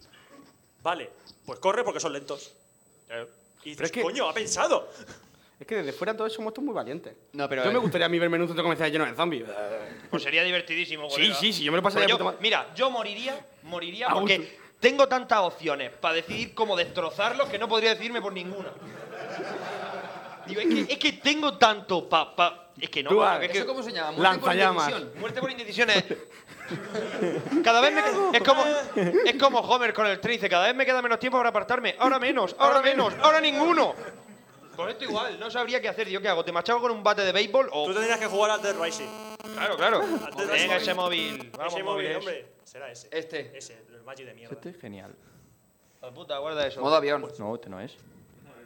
H: Vale, pues corre porque son lentos.
K: Claro.
H: Y dices,
J: Pero es que-
H: coño, ha pensado.
J: Es que desde fuera todo eso somos todos muy valientes.
I: No, pero eh, a
J: Yo me
I: ver.
J: gustaría a mí verme en un centro comercial lleno de zombies.
K: Pues sería divertidísimo,
J: Sí,
K: colega.
J: sí, sí, yo me lo pasaría
K: Pues
J: de puta madre.
K: Mira, yo moriría, moriría
J: A gusto.
K: porque tengo tantas opciones para decidir cómo destrozarlos que no podría decidirme por ninguna. Digo, es que, es que tengo tanto pa, pa- Es que no,
J: Tú,
K: coño,
J: ah,
K: que es que-
I: ¿Eso cómo se llama? Muerte por
J: Lanzallamas.
I: indecisión.
K: Muerte por indecisión es... Cada vez me queda- es como es como Homer con el tren dice, cada vez me queda menos tiempo para apartarme, ahora menos, ahora menos, ahora ninguno. Con esto igual, no sabría qué hacer, yo qué hago, te machaco con un bate de béisbol o
H: Tú tendrías que jugar al Dead Rising.
K: Claro, claro.
H: Antes de
K: Venga,
H: los
K: ese móvil. eh. Vamos,
H: ese móvil,
K: móviles.
J: ¿eh?
H: hombre. Será ese.
I: Este.
H: Ese, el Magic de mierda.
M: Este es genial.
K: Al puta, guarda eso.
I: Modo avión.
M: No, este no es.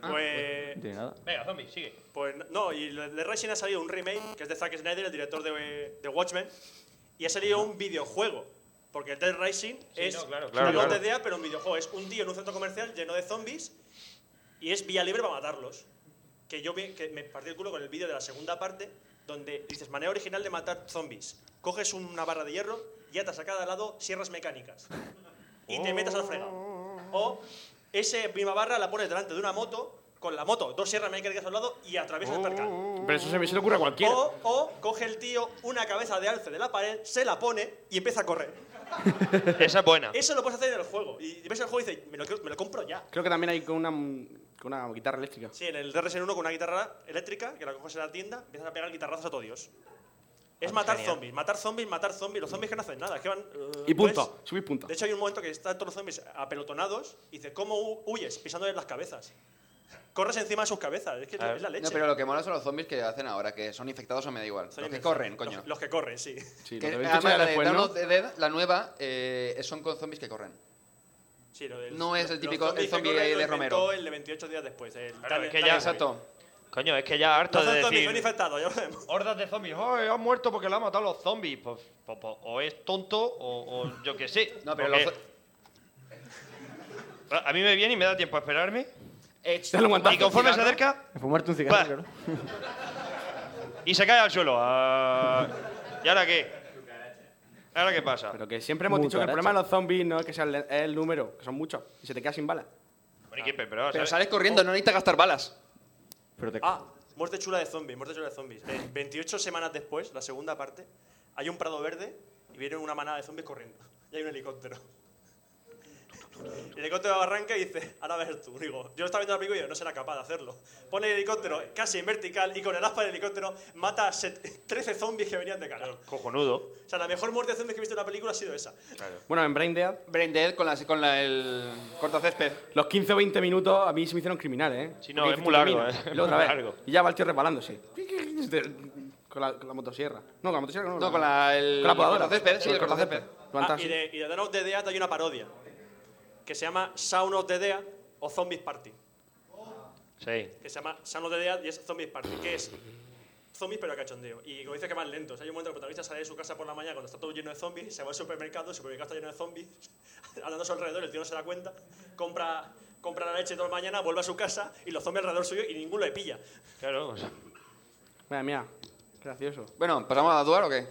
J: Ah,
H: Pues,
M: No tiene nada.
K: Venga, zombie, sigue.
H: Pues no, y de Dead Rising ha salido un remake que es de Zack Snyder, el director de, de Watchmen, y ha salido un videojuego. Porque el Dead Rising es
K: no, claro,
H: una
K: claro, claro.
H: TDA, pero un videojuego. Es un tío en un centro comercial lleno de zombies y es vía libre para matarlos. Que yo vi- que me partí el culo con el vídeo de la segunda parte donde dices manera original de matar zombies. Coges una barra de hierro y atas a cada lado sierras mecánicas y te metas al fregado. O esa misma barra la pones delante de una moto con la moto, dos sierras mecánicas al lado y atraviesas el percal.
J: Pero eso se me se le ocurre a cualquiera.
H: O, o coge el tío una cabeza de alce de la pared, se la pone y empieza a correr.
K: Esa es buena.
H: Eso lo puedes hacer en el juego. Y ves el juego y dices, me lo, quiero- me lo compro ya.
J: Creo que también hay con una, con una guitarra eléctrica.
H: Sí, en el DRS1 con una guitarra eléctrica, que la coges en la tienda, empiezas a pegar guitarrazos a todo Dios. Es
K: Ah,
H: matar
K: genial.
H: zombies, matar zombies, matar zombies. Los zombies que no hacen nada, que van. eh,
J: Y punto,
H: pues,
J: subís punto.
H: De hecho, hay un momento que están todos los zombies apelotonados y dices, ¿cómo hu- huyes? Pisándoles las cabezas. Corres encima de sus cabezas, es que es la leche.
I: No, pero lo que mola son los zombies que hacen ahora, que son infectados o me da igual.
H: Son
I: los que
H: inmensos.
I: corren, coño.
H: Los, los que corren, sí.
J: Sí,
I: Que-
J: lo habéis
I: además,
J: dicho
I: la
J: ya
I: de
J: después,
I: Dawn
J: ¿no?
I: of the Dead, la nueva, eh, son con zombies que corren.
H: Sí, lo del-
I: No es el
H: los
I: típico- el
H: zombies que
I: zombie
H: corren
I: de-
H: lo
I: de
H: inventó
I: Romero.
H: El de 28 días después. El
K: Claro, es que
H: Dale-
K: ya-
H: Dale Movie.
I: Exacto.
K: Coño, es que ya harto
H: Los
K: de
H: zombies son
K: decir...
H: infectados, ya lo vemos.
K: Hordas de zombies. Oh, han muerto porque la han matado los zombies. Pues, pues- pues, o es tonto o, o yo qué sé.
I: No, pero
K: Porque-
I: los zo-
K: A mí me viene y me da tiempo a esperarme.
J: Dale un guantazo.
K: Y conforme se acerca,
M: Fumarte un cigarrillo,
K: Va.
M: ¿no?
K: y se cae al suelo. Ah, ¿Y ahora qué? ¿Ahora qué pasa?
J: Pero que siempre hemos dicho que el
M: Cucaracha.
J: problema de los zombies no es que sean le- es el número, que son muchos, y se te queda sin balas.
K: Bueno, ¿y qué? pero,
I: Pero
K: ¿sabes?
I: sales corriendo, no necesitas gastar balas.
M: Pero te...
H: Ah, muerte chula de zombies, muerte chula de zombies. Ve- 28 semanas después, la segunda parte, hay un prado verde y viene una manada de zombies corriendo. Y hay un helicóptero. El helicóptero arranca y dice, ahora ves tú. Digo, yo estaba viendo la película y yo no será capaz de hacerlo. Pone el helicóptero casi en vertical y con el aspa del helicóptero mata a set- 13 zombies que venían de cara.
K: Cojonudo.
H: O sea, la mejor muerte de zombies que he visto en la película ha sido esa.
J: Bueno, en Brain Dead.
I: Brain Dead con, la, con la, el cortocésped.
J: Los 15 o 20 minutos a mí se me hicieron criminales, ¿eh?
I: Sí, no,
J: Porque
I: es
J: dices,
I: muy largo,
J: termina,
I: ¿eh?
J: y luego otra
I: Muy
J: vez.
I: largo.
J: Y ya va el tío resbalándose. Con la, con la motosierra. No, con la motosierra no.
I: No, con la- el-
J: con la podadora.
I: el cortacésped, sí,
J: Con
I: el cortacésped.
J: Levanta
H: Ah,
J: así.
H: y, de, y de Dawn of the Dead hay una parodia que se llama Sound of the Dead o Zombies Party.
K: Sí.
H: Que se llama Sound of the Dead y es Zombies Party, que es zombies pero a cachondeo. Y como dice que más lento. O sea, hay un momento que el protagonista sale de su casa por la mañana cuando está todo lleno de zombies, se va al supermercado, el supermercado está lleno de zombies, andando a su alrededor, el tío no se da cuenta, compra, compra la leche toda la mañana, vuelve a su casa y los zombies alrededor suyo y ninguno le pilla.
K: Claro.
J: Mira, mira. Gracioso.
I: Bueno, ¿pasamos a Duar o qué?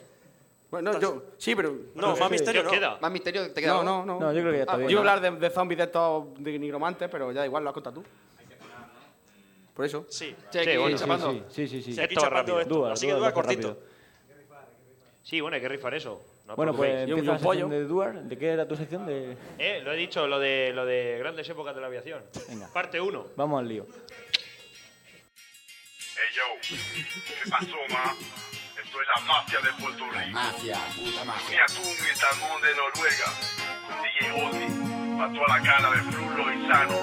J: Bueno, yo. Sí, pero.
I: No, más misterio no.
J: queda?
I: Más misterio te queda.
J: No,
I: algo?
J: no, no.
I: No, yo creo que ya está
J: Ah,
I: bien,
J: Yo
I: ¿no?
J: iba a hablar de, de zombies de estos de nigromantes, pero ya da igual, lo has contado tú. Por eso.
H: Sí.
I: Sí, aquí
K: bueno,
I: chapando.
M: Sí, sí, sí.
K: Sí, aquí Esto va chapando rápido. esto.
M: Dúa,
K: Así que
M: dúa,
K: dúa
M: dúa
K: cortito.
M: rápido.
K: Sí, bueno, hay que rifar eso. No os
M: Bueno, pues
K: preocupéis.
M: empieza la sección de Duar. ¿De qué era tu sección? De...
K: Eh, lo he dicho, lo de, lo de grandes épocas de la aviación.
M: Venga.
K: Parte 1.
M: Vamos al lío.
A: Hey yo, ¿qué pasó, ma? Esto es la mafia de Puerto Rico. Mafia, puta mafia. Mira tú, mi talmón de Noruega. Con DJ Ozzy. Pa' toda la cara de Frulo y Sano.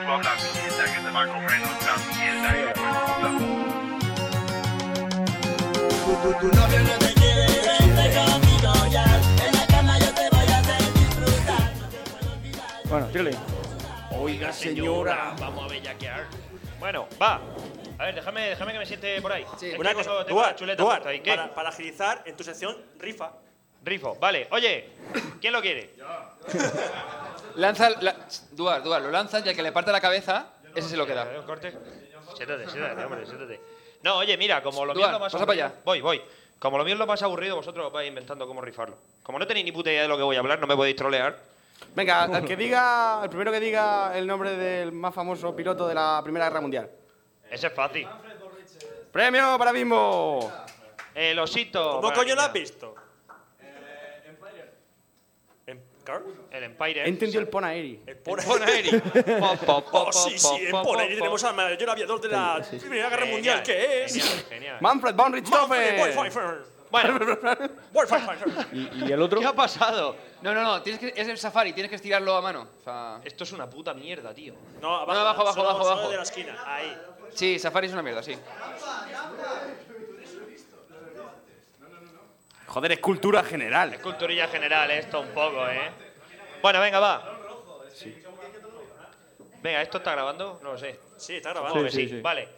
A: Tú hablas mierda que te va a comer nuestra mierda, eh. hijo de puta.
O: Tu novio no te quiere, vente conmigo ya. En la cama yo te voy a hacer disfrutar.
M: Bueno, síguele.
K: Oiga, señora, vamos a bellaquear. Bueno, va. A ver, déjame, déjame que me siente por ahí. Es que
H: Una
K: tengo-
H: cosa,
K: tengo
H: Duar,
K: la chuleta
H: Duar,
K: puesta ahí. ¿Qué?
H: para, para agilizar, en tu sección, rifa.
K: Rifo, vale. Oye, ¿quién lo quiere?
I: Lanza. La... Duar, Duar, lo lanzas y el que le parte la cabeza, ese se lo queda.
K: Eh, ¿Un corte? Siéntate, siéntate, hombre, siéntate. No, oye, mira, como lo mío
I: Duar,
K: es lo más
I: pasa para
K: aburrido.
I: allá.
K: Voy, voy. Como lo mío es lo más aburrido, vosotros vais inventando cómo rifarlo. Como no tenéis ni puta idea de lo que voy a hablar, no me podéis trolear.
J: Venga, el que diga, el primero que diga el nombre del más famoso piloto de la Primera Guerra Mundial.
K: Ese es fácil.
J: Premio para Bimbo.
K: El osito.
J: ¿Cómo coño lo
K: la
J: has
H: visto?
K: El Empire.
J: He entendido el Ponaeri.
H: El
K: Ponaeri.
H: Po, po, po, Oh, sí, sí, en Poneri tenemos al mayor aviador de la Primera Guerra
K: Genial,
H: Mundial, que es.
K: genial, genial.
J: Manfred von Richthofen.
H: Manfred von Richthofen.
J: Bueno.
M: ¿Y, el otro?
K: ¿Qué ha pasado?
I: No, no, no, tienes que... es el safari, tienes que estirarlo a mano. O sea...
K: Esto es una puta mierda, tío.
H: No, abajo,
I: No, abajo, abajo,
H: solo-
I: abajo,
H: solo
I: abajo.
H: de la esquina, ahí.
I: Sí, safari es una mierda, sí.
J: Joder, es cultura general.
K: Es culturilla general esto un poco, ¿eh? Bueno, venga, va. Venga, ¿esto está grabando? No lo sé.
H: Sí, está
K: Supongo
H: grabando.
K: que sí. Vale.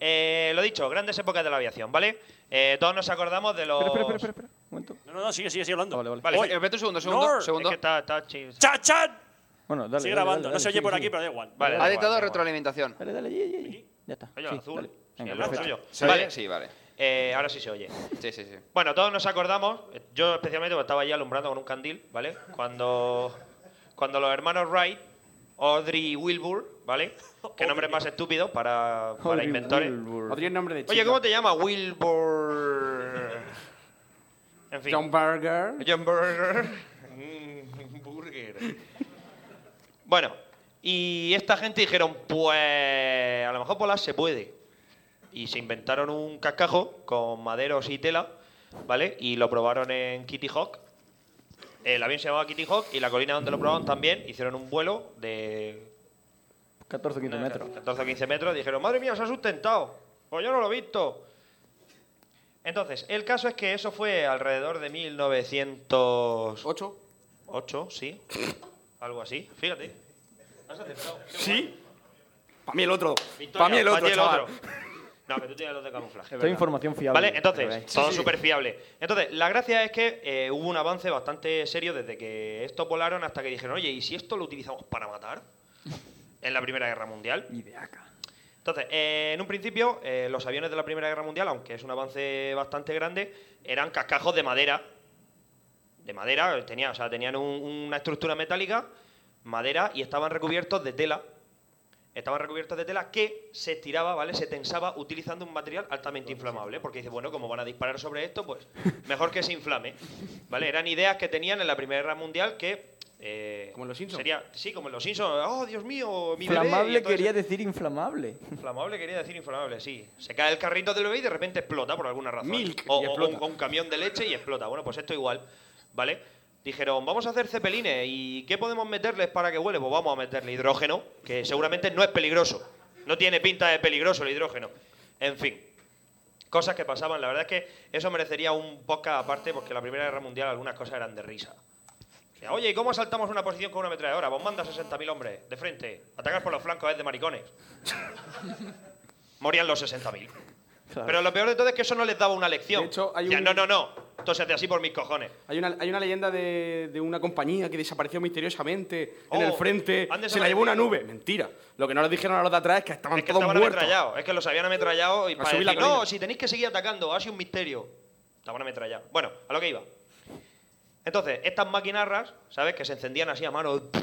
K: Eh, lo dicho, grandes épocas de la aviación, ¿vale? Eh, todos nos acordamos de los...
M: Espera, espera, espera, espera. Un momento.
H: No, no, no, sigue, sigue, sigue hablando. Vale,
K: Vale,
H: Oye,
K: espérate un segundo,
H: segundo,
K: segundo, segundo.
H: no, segundo. es que
K: está, está
H: ¡Chat, chat!
M: Bueno, dale.
H: Sigue
M: dale,
H: grabando,
M: dale,
H: no se
M: dale,
H: oye por
M: sigue,
H: aquí,
M: sigue.
H: pero da igual.
K: Vale,
I: ha dictado retroalimentación.
M: Dale, dale, ye, ye, ye. Ya está.
K: Oye,
M: Sí,
K: azul.
M: dale.
K: Sí,
M: Venga, pues,
K: el azul
M: perfecto.
K: yo.
I: ¿Se
K: Vale.
I: oye? Sí, vale.
K: Eh, ahora sí se oye.
I: Sí, sí, sí.
K: Bueno, todos nos acordamos, eh, yo especialmente porque estaba allí alumbrando con un candil, ¿vale? Cuando, cuando los hermanos Wright, Audrey y Wilbur, ¿vale? Qué nombre más estúpido para, para
J: Audrey
K: inventores.
J: Wilbur. Audrey es nombre de
K: Oye,
J: chica.
K: ¿cómo te llamas? Wilbur. En fin.
J: John Burger.
K: John Burger. Mm, burger. Bueno, y esta gente dijeron, pues a lo mejor volar se puede. Y se inventaron un cascajo con maderos y tela, ¿vale? Y lo probaron en Kitty Hawk. El avión se llamaba Kitty Hawk y la colina donde lo probaron también hicieron un vuelo de
M: 14 15 metros.
K: 14 o 15 metros, dijeron, madre mía, se ha sustentado. Pues yo no lo he visto. Entonces, el caso es que eso fue alrededor de 1908. 8, sí. Algo así. Fíjate. Has aceptado.
J: ¿Sí? Para mí el otro.
K: Victoria,
J: Para mí el
K: pa'
J: otro, chaval.
K: No, que tú tienes los de camuflaje.
M: Esto es información fiable.
K: Vale, entonces,
M: Pero, eh,
K: todo
M: sí, sí.
K: súper fiable. Entonces, la gracia es que eh, hubo un avance bastante serio desde que estos volaron hasta que dijeron, oye, ¿y si esto lo utilizamos para matar? En la Primera Guerra Mundial. Entonces, eh, en un principio, eh, los aviones de la Primera Guerra Mundial, aunque es un avance bastante grande, eran cascajos de madera. De madera, tenía, o sea, tenían un- una estructura metálica, madera, y estaban recubiertos de tela. Estaban recubiertos de tela que se estiraba, ¿vale? Se tensaba utilizando un material altamente
J: Pues
K: inflamable. Porque dice, bueno, como van a disparar sobre esto, pues mejor que se inflame. ¿Vale? Eran ideas que tenían en la Primera Guerra Mundial que eh,
J: Como en los Simpsons.
K: Sería, sí, como en los Simpsons. Oh, Dios mío, mi bebé", y
M: Inflamable
K: entonces-
M: quería decir inflamable.
K: Inflamable quería decir inflamable, sí. Se cae el carrito del bebé y de repente explota por alguna razón.
J: Milk,
K: o
J: y
K: o
J: explota.
K: Un, o un camión de leche y explota. Bueno, pues esto igual, ¿vale? Dijeron, vamos a hacer cepelines y ¿qué podemos meterles para que huele? Pues vamos a meterle hidrógeno, que seguramente no es peligroso. No tiene pinta de peligroso el hidrógeno. En fin, cosas que pasaban. La verdad es que eso merecería un podcast aparte porque en la Primera Guerra Mundial algunas cosas eran de risa. Que, Oye, ¿y cómo asaltamos una posición con una ametralladora? Vos mandas 60.000 hombres de frente. Atacar por los flancos es de maricones. Morían los 60.000. Pero lo peor de todo es que eso no les daba una lección.
J: De hecho, hay
K: Ya,
J: un-
K: no, no, no. Entonces, así por mis cojones.
J: Hay una, hay una leyenda de, de una compañía que desapareció misteriosamente en el
K: Oh,
J: frente.
K: han
J: Se la llevó una nube.
K: desaparecido.
J: Mentira. Lo que no les dijeron a los de atrás es que estaban
K: Que
J: todos
K: estaban
J: muertos.
K: ametrallados. Es que los habían ametrallado y
J: A
K: para
J: subir la
K: decir, no,
J: colina".
K: si tenéis que seguir atacando, ha sido un misterio. Estaban ametrallados. Bueno, a lo que iba. Entonces, estas maquinarras, ¿sabes? Que se encendían así a mano.
J: Con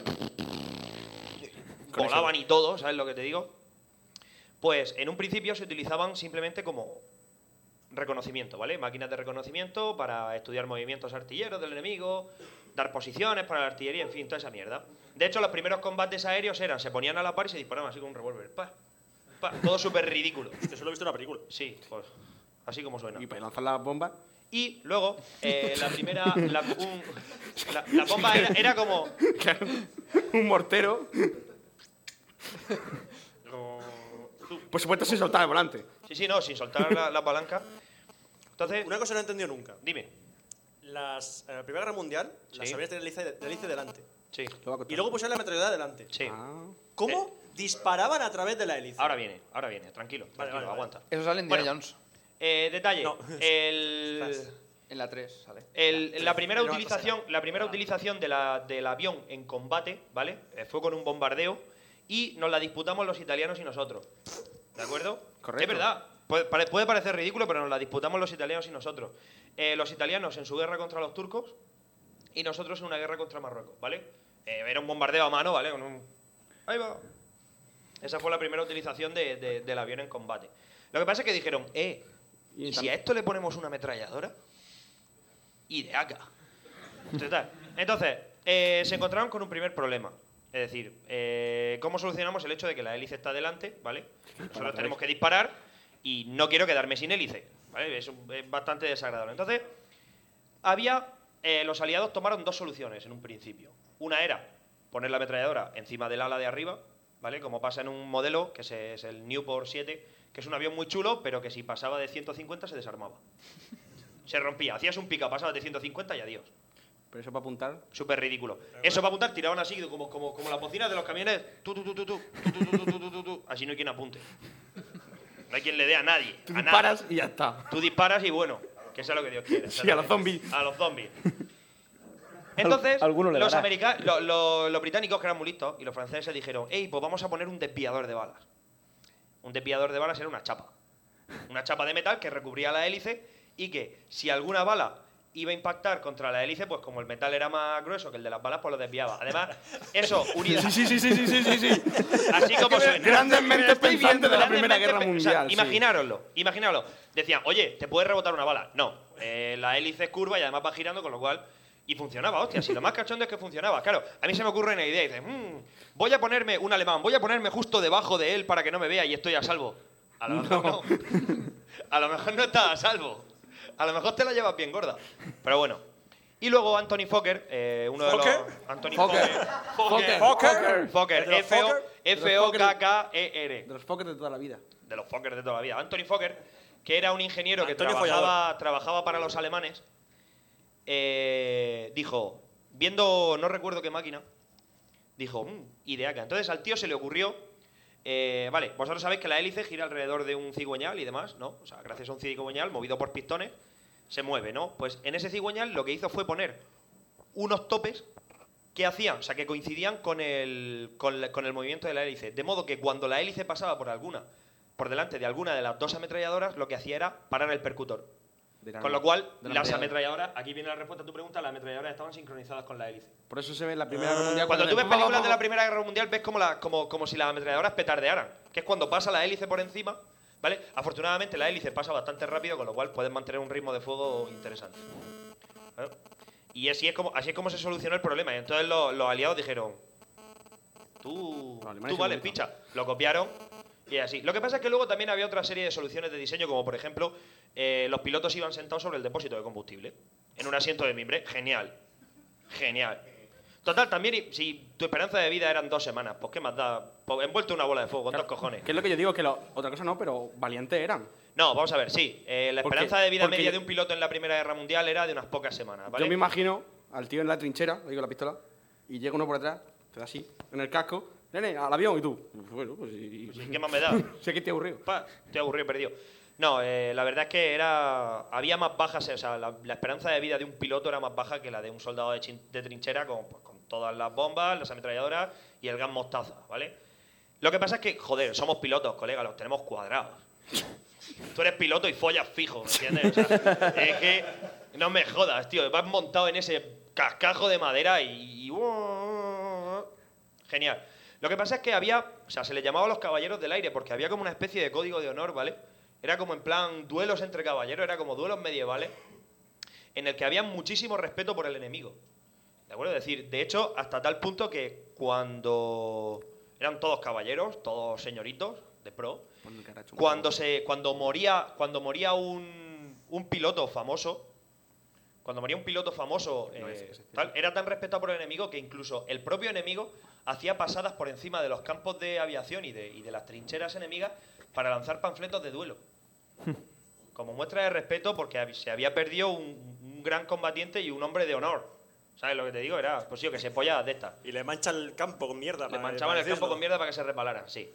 J: eso.
K: Volaban y todo, ¿sabes lo que te digo? Pues en un principio se utilizaban simplemente como reconocimiento, ¿vale? Máquinas de reconocimiento para estudiar movimientos artilleros del enemigo, dar posiciones para la artillería, en fin, toda esa mierda. De hecho, los primeros combates aéreos eran, se ponían a la par y se disparaban así con un revólver. Pa, pa, todo súper ridículo. Yo solo he visto una película. Sí, pues así como suena.
J: Y para lanzar las bombas.
K: Y luego, eh, la primera... La, un- la- la bomba era, era como...
J: Claro, un mortero. Por supuesto, sin soltar el volante.
K: Sí, sí, no, sin soltar la, la palanca. Entonces...
H: Una cosa no he entendido nunca.
K: Dime.
H: Las, en la Primera Guerra Mundial, las
K: Sí.
H: habían del hélice del hélice delante.
K: Sí.
H: Y luego pusieron la metralladora delante.
K: Sí.
J: Ah,
H: ¿Cómo disparaban a través de la hélice?
K: Ahora viene, ahora viene, tranquilo, tranquilo,
H: vale, vale.
K: aguanta.
I: Eso sale en Indiana
K: Bueno,
I: Jones.
K: Eh, detalle.
I: No.
K: El,
I: En la 3 sale.
K: el- la primera
I: Pero no
K: utilización, la primera utilización de la- del avión en combate, ¿vale? Eh, Fue con un bombardeo y nos la disputamos los italianos y nosotros. ¿De acuerdo?
J: Correcto.
K: Es verdad. Puede, pare- puede parecer ridículo, pero nos la disputamos los italianos y nosotros. Eh, los italianos en su guerra contra los turcos y nosotros en una guerra contra Marruecos, ¿vale? Eh, era un bombardeo a mano, ¿vale? Con un- Ahí va. Esa fue la primera utilización de- de- del avión en combate. Lo que pasa es que dijeron, eh, ¿y si a esto le ponemos una ametralladora? Y de acá. Total. Entonces, eh, se encontraron con un primer problema. Es decir, eh, ¿cómo solucionamos el hecho de que la hélice está delante? ¿Vale? Nosotros tenemos que disparar y no quiero quedarme sin hélice. ¿vale? Es, un- es bastante desagradable. Entonces, había. eh, los aliados tomaron dos soluciones en un principio. Una era poner la ametralladora encima del ala de arriba, ¿vale? Como pasa en un modelo, que se- es el Newport 7, que es un avión muy chulo, pero que si pasaba de 150 se desarmaba. Se rompía, hacías un pica, pasabas de 150 y adiós.
J: Pero eso para apuntar.
K: Súper ridículo. Eso va a apuntar, tiraban así, como, como, como las bocinas de los camiones. Tú, tú, tú, tú, tú, tú, tú, tú, tú, tú, tú, tú. Así no hay quien apunte. No hay quien le dé a nadie.
J: Tú
K: a nada.
J: disparas y ya está.
K: Tú disparas y bueno, que sea lo que Dios quiera.
J: Sí, a los zombies.
K: A los zombies. Entonces,
M: Al- alguno le
K: los,
M: dará.
K: america- lo- lo- los británicos, que eran muy listos, y los franceses dijeron, hey, pues vamos a poner un desviador de balas. Un desviador de balas era una chapa. Una chapa de metal que recubría la hélice y que si alguna bala iba a impactar contra la hélice, pues como el metal era más grueso que el de las balas, pues lo desviaba. Además, eso unido...
J: Sí, sí, sí, sí, sí, sí, sí, sí.
K: Así como
J: Es que me-
K: suena.
J: grandes mentes
K: Estoy
J: pensantes
K: viendo,
J: de la
K: grandes
J: Primera
K: mentes
J: Guerra
K: pe-
J: Mundial, sí.
K: Imaginároslo, imaginároslo. Decían, oye, ¿te puede rebotar una bala? No, eh, la hélice es curva y además va girando, con lo cual... Y funcionaba, hostia, si lo más cachondo es que funcionaba. Claro, a mí se me ocurre una idea y dices, "Mm, voy a ponerme un alemán, voy a ponerme justo debajo de él para que no me vea y estoy a salvo. A lo mejor no. A lo mejor no estás a salvo. A lo mejor te la llevas bien gorda. Pero bueno. Y luego Anthony Fokker, eh, uno de los...
H: ¿Fokker?
K: Anthony
J: Fokker.
K: Fokker. Fokker.
J: Fokker. Fokker.
K: Fokker.
J: ¿El de los
K: F-O-
J: Fokker?
K: F-O-K-K-E-R.
J: De los Fokker de toda la vida.
K: De los Fokker de toda la vida. Anthony Fokker, que era un ingeniero que
H: Antonio
K: trabajaba, trabajaba para los alemanes, eh, dijo, viendo no recuerdo qué máquina, dijo, "Mm, ideaca. Entonces al tío se le ocurrió, eh, vale, vosotros sabéis que la hélice gira alrededor de un cigüeñal y demás, ¿no? O sea, gracias a un cigüeñal movido por pistones, se mueve, ¿no? Pues en ese cigüeñal lo que hizo fue poner unos topes que hacían, o sea, que coincidían con el, con, la- con el movimiento de la hélice. De modo que cuando la hélice pasaba por alguna, por delante de alguna de las dos ametralladoras, lo que hacía era parar el percutor. Con lo cual, las ametralladoras, aquí viene la respuesta a tu pregunta, las ametralladoras estaban sincronizadas con la hélice.
J: Por eso se ve en la Primera Guerra Mundial.
K: ah, Cuando tú ves
J: hacen-
K: películas de la Primera Guerra Mundial, ves como, la, como, como si las ametralladoras petardearan, que es cuando pasa la hélice por encima, ¿vale? Afortunadamente la hélice pasa bastante rápido, con lo cual puedes mantener un ritmo de fuego interesante. ¿Vale? ¿Eh? Y así es como, así es como se solucionó el problema. Y entonces lo- los, aliados dijeron, tú, tú
J: alemanes
K: vales
J: son muy
K: picha. Lo copiaron y así. Lo que pasa es que luego también había otra serie de soluciones de diseño, como por ejemplo, eh, los pilotos iban sentados sobre el depósito de combustible, en un asiento de mimbre. Genial. Genial. Total, también y- si tu esperanza de vida eran dos semanas, pues qué más da. Pues, envuelto en una bola de fuego, con dos cojones.
J: Que es lo que yo digo, que lo- otra cosa no, pero valientes eran.
K: No, vamos a ver, sí. eh, la
J: Porque-
K: esperanza de vida
J: porque
K: media
J: yo-
K: de un piloto en la Primera Guerra Mundial era de unas pocas semanas, ¿vale?
J: Yo me imagino al tío en la trinchera, le digo la pistola, y llega uno por atrás, te da así, en el casco, nene, al avión, y tú. Bueno, pues y,
K: Sí, ¿Qué más me da?
J: sé que te aburrido.
K: Pa, estoy aburrido, perdido. No, eh, la verdad es que era había más bajas, o sea, la, la esperanza de vida de un piloto era más baja que la de un soldado de, chin- de trinchera con, pues, con todas las bombas, las ametralladoras y el gas mostaza, ¿vale? Lo que pasa es que, joder, somos pilotos, colega, los tenemos cuadrados. Tú eres piloto y follas fijo, ¿me ¿entiendes? O sea, es que no me jodas, tío, vas montado en ese cascajo de madera y... Genial. Lo que pasa es que había, o sea, se le llamaba los caballeros del aire porque había como una especie de código de honor, ¿vale? Era como en plan duelos entre caballeros, era como duelos medievales en el que había muchísimo respeto por el enemigo. ¿De acuerdo? Es decir, de hecho, hasta tal punto que cuando eran todos caballeros, todos señoritos de pro, cuando se cuando moría cuando moría un, un piloto famoso cuando moría un piloto famoso eh, tal, era tan respetado por el enemigo que incluso el propio enemigo hacía pasadas por encima de los campos de aviación y de, y de las trincheras enemigas para lanzar panfletos de duelo como muestra de respeto porque hab- se había perdido un, un gran combatiente y un hombre de honor ¿Sabes lo que te digo? Era, pues sí, que se polla de esta. Y le manchan el campo con mierda. Le
H: para-
K: manchaban
H: para
K: el campo
H: decirlo.
K: con mierda para que se resbalaran, sí.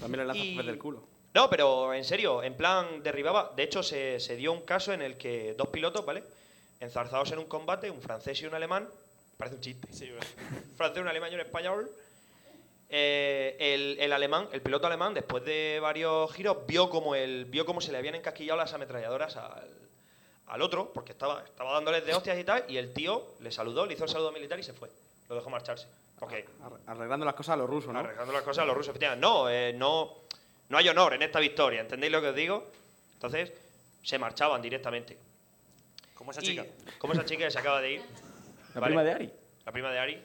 J: También le lanzas
K: Y-
J: desde el culo.
K: No, pero en serio, en plan derribaba. De hecho, se, se dio un caso en el que dos pilotos, ¿vale? Enzarzados en un combate, un francés y un alemán. Parece un chiste. un francés, un alemán y un español. Eh, el, el alemán, el piloto alemán, después de varios giros, vio como el, vio cómo se le habían encasquillado las ametralladoras al, al otro, porque estaba, estaba dándoles de hostias y tal, y el tío le saludó, le hizo el saludo militar y se fue. Lo dejó marcharse. Porque
J: Arreglando las cosas a los rusos, ¿no?
K: arreglando las cosas a los rusos. efectivamente. No, eh, no, no hay honor en esta victoria, ¿entendéis lo que os digo? Entonces, se marchaban directamente. Como esa
H: chica.
K: Como esa chica que se acaba de ir.
M: La
K: Vale.
M: prima de Ari.
K: La prima de Ari.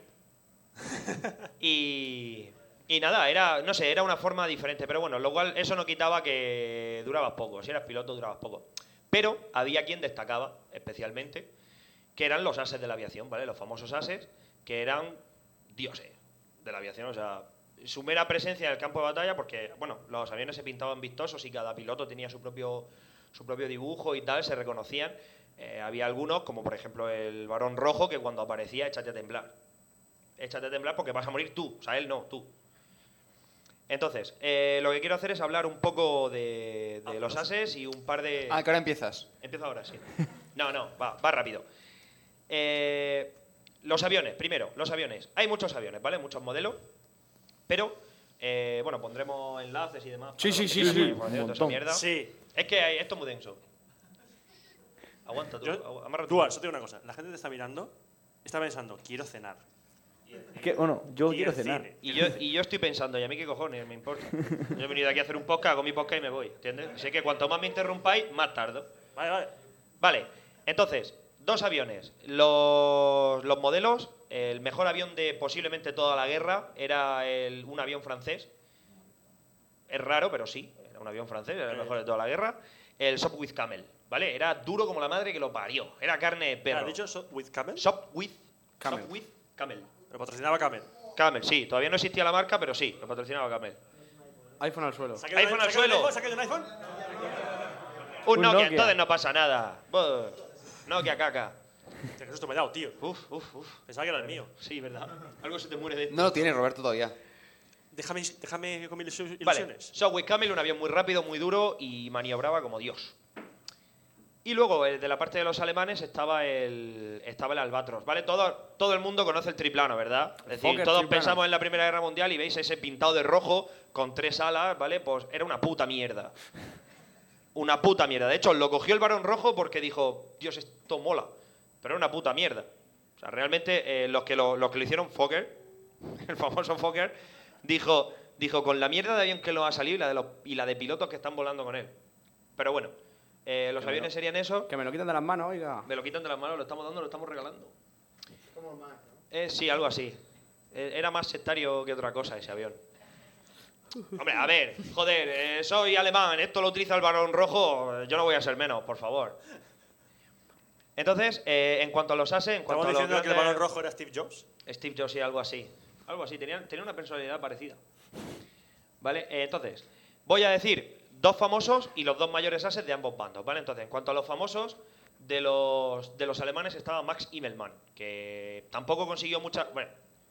K: y, y nada, era, no sé, era una forma diferente, pero bueno, lo cual eso no quitaba que durabas poco, si eras piloto durabas poco. Pero había quien destacaba especialmente, que eran los ases de la aviación, ¿vale? Los famosos ases, que eran dioses de la aviación, o sea, su mera presencia en el campo de batalla, porque, bueno, los aviones se pintaban vistosos y cada piloto tenía su propio, su propio dibujo y tal, se reconocían. Eh, había algunos, como por ejemplo el varón rojo, que cuando aparecía, échate a temblar. Échate a temblar porque vas a morir tú, o sea, él no, tú. Entonces, eh, lo que quiero hacer es hablar un poco de, de los ases y un par de...
I: Ah, que ahora empiezas.
K: Empiezo ahora, sí. No, no, va, va rápido. Eh, los aviones, primero, los aviones. Hay muchos aviones, ¿vale? Muchos modelos. Pero, eh, bueno, pondremos enlaces y demás.
J: Sí,
K: para
J: sí,
K: los que
J: sí,
K: quieran
J: sí.
K: más información,
J: Un
K: toda esa
J: montón.
K: mierda.
H: Sí.
K: Es que hay- esto es muy denso. Aguanta tú.
H: Yo,
K: amarra tú.
H: Dual, yo te digo una cosa. La gente te está mirando, está pensando, quiero cenar.
M: ¿Qué? Bueno, yo
H: Y
M: quiero
H: el
M: cenar.
H: cine.
K: Y yo, y yo estoy pensando, ¿y a mí qué cojones? Me importa. Yo he venido aquí a hacer un podcast, hago mi podcast y me voy, ¿entiendes? Así que cuanto más me interrumpáis, más tardo. Vale, vale. Vale, entonces, dos aviones. Los, los modelos, el mejor avión de posiblemente toda la guerra era el- un avión francés. Es raro, pero sí, era un avión francés, era el mejor de toda la guerra. El Sopwith Camel, ¿vale? Era duro como la madre que lo parió. Era carne de perro.
H: ¿Has dicho with camel?
K: Shop with
H: Camel.
K: Shop with Camel.
H: Lo patrocinaba Camel.
K: Camel, sí. Todavía no existía la marca, pero sí, lo patrocinaba Camel.
J: iPhone al suelo.
H: ¿Saca de un-
K: iPhone al
H: saca de un
K: suelo.
H: iPhone, saca de un iPhone?
K: Un,
H: Un
K: Nokia,
H: Nokia.
K: entonces no pasa nada. Buh. Nokia caca.
H: Qué susto me he dado, tío.
K: Uf, uf, uf.
H: Pensaba que era el mío.
K: Sí, ¿verdad? Algo se te muere de...
I: No lo tiene Roberto todavía.
H: Déjame, déjame con mis ilusio-
K: Vale,
H: ilusiones.
K: Subway Camel, un avión muy rápido, muy duro y maniobraba como Dios. Y luego, eh, de la parte de los alemanes, estaba el, estaba el Albatros, ¿vale? Todo, todo el mundo conoce el triplano, ¿verdad? Es decir,
J: Fokker
K: todos
J: triplano.
K: pensamos en la Primera Guerra Mundial y veis ese pintado de rojo con tres alas, ¿vale? Pues era una puta mierda. Una puta mierda. De hecho, lo cogió el varón rojo porque dijo, Dios, esto mola. Pero era una puta mierda. O sea, realmente eh, los, que lo, los que lo hicieron Fokker, el famoso Fokker, dijo, dijo con la mierda de avión que lo ha salido y la de, los- y la de pilotos que están volando con él. Pero bueno, Eh, los
J: Que me
K: aviones
J: lo-
K: serían eso.
J: Que me lo quitan de las manos, oiga.
K: Me lo quitan de las manos, lo estamos dando, lo estamos regalando. Eh, sí, algo así. Eh, Era más sectario que otra cosa ese avión. Hombre, a ver, joder, eh, soy alemán, esto lo utiliza el varón rojo, eh, yo no voy a ser menos, por favor. Entonces, eh, en cuanto a los ases, en cuanto
H: Estamos
K: a los
H: diciendo que el
K: grandes-
H: balón rojo era Steve Jobs.
K: Steve Jobs y algo así. Algo así, tenía, tenía una personalidad parecida. ¿Vale? Eh, entonces, voy a decir dos famosos y los dos mayores ases de ambos bandos, ¿vale? Entonces, en cuanto a los famosos, de los, de los alemanes estaba Max Immelmann, que tampoco consiguió muchas... Bueno,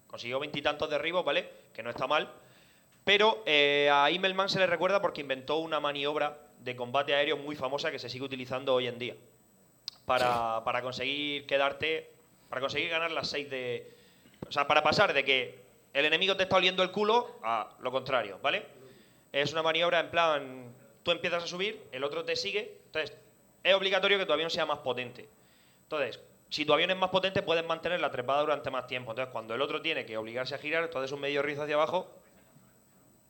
K: consiguió veintitantos derribos, ¿vale? Que no está mal. Pero eh, a Immelmann se le recuerda porque inventó una maniobra de combate aéreo muy famosa que se sigue utilizando hoy en día para, para conseguir quedarte, para conseguir ganar las seis de... O sea, para pasar de que el enemigo te está oliendo el culo a lo contrario, ¿vale? Es una maniobra en plan, tú empiezas a subir, el otro te sigue, entonces es obligatorio que tu avión sea más potente. Entonces, si tu avión es más potente, puedes mantener la trepada durante más tiempo. Entonces, cuando el otro tiene que obligarse a girar, tú haces un medio rizo hacia abajo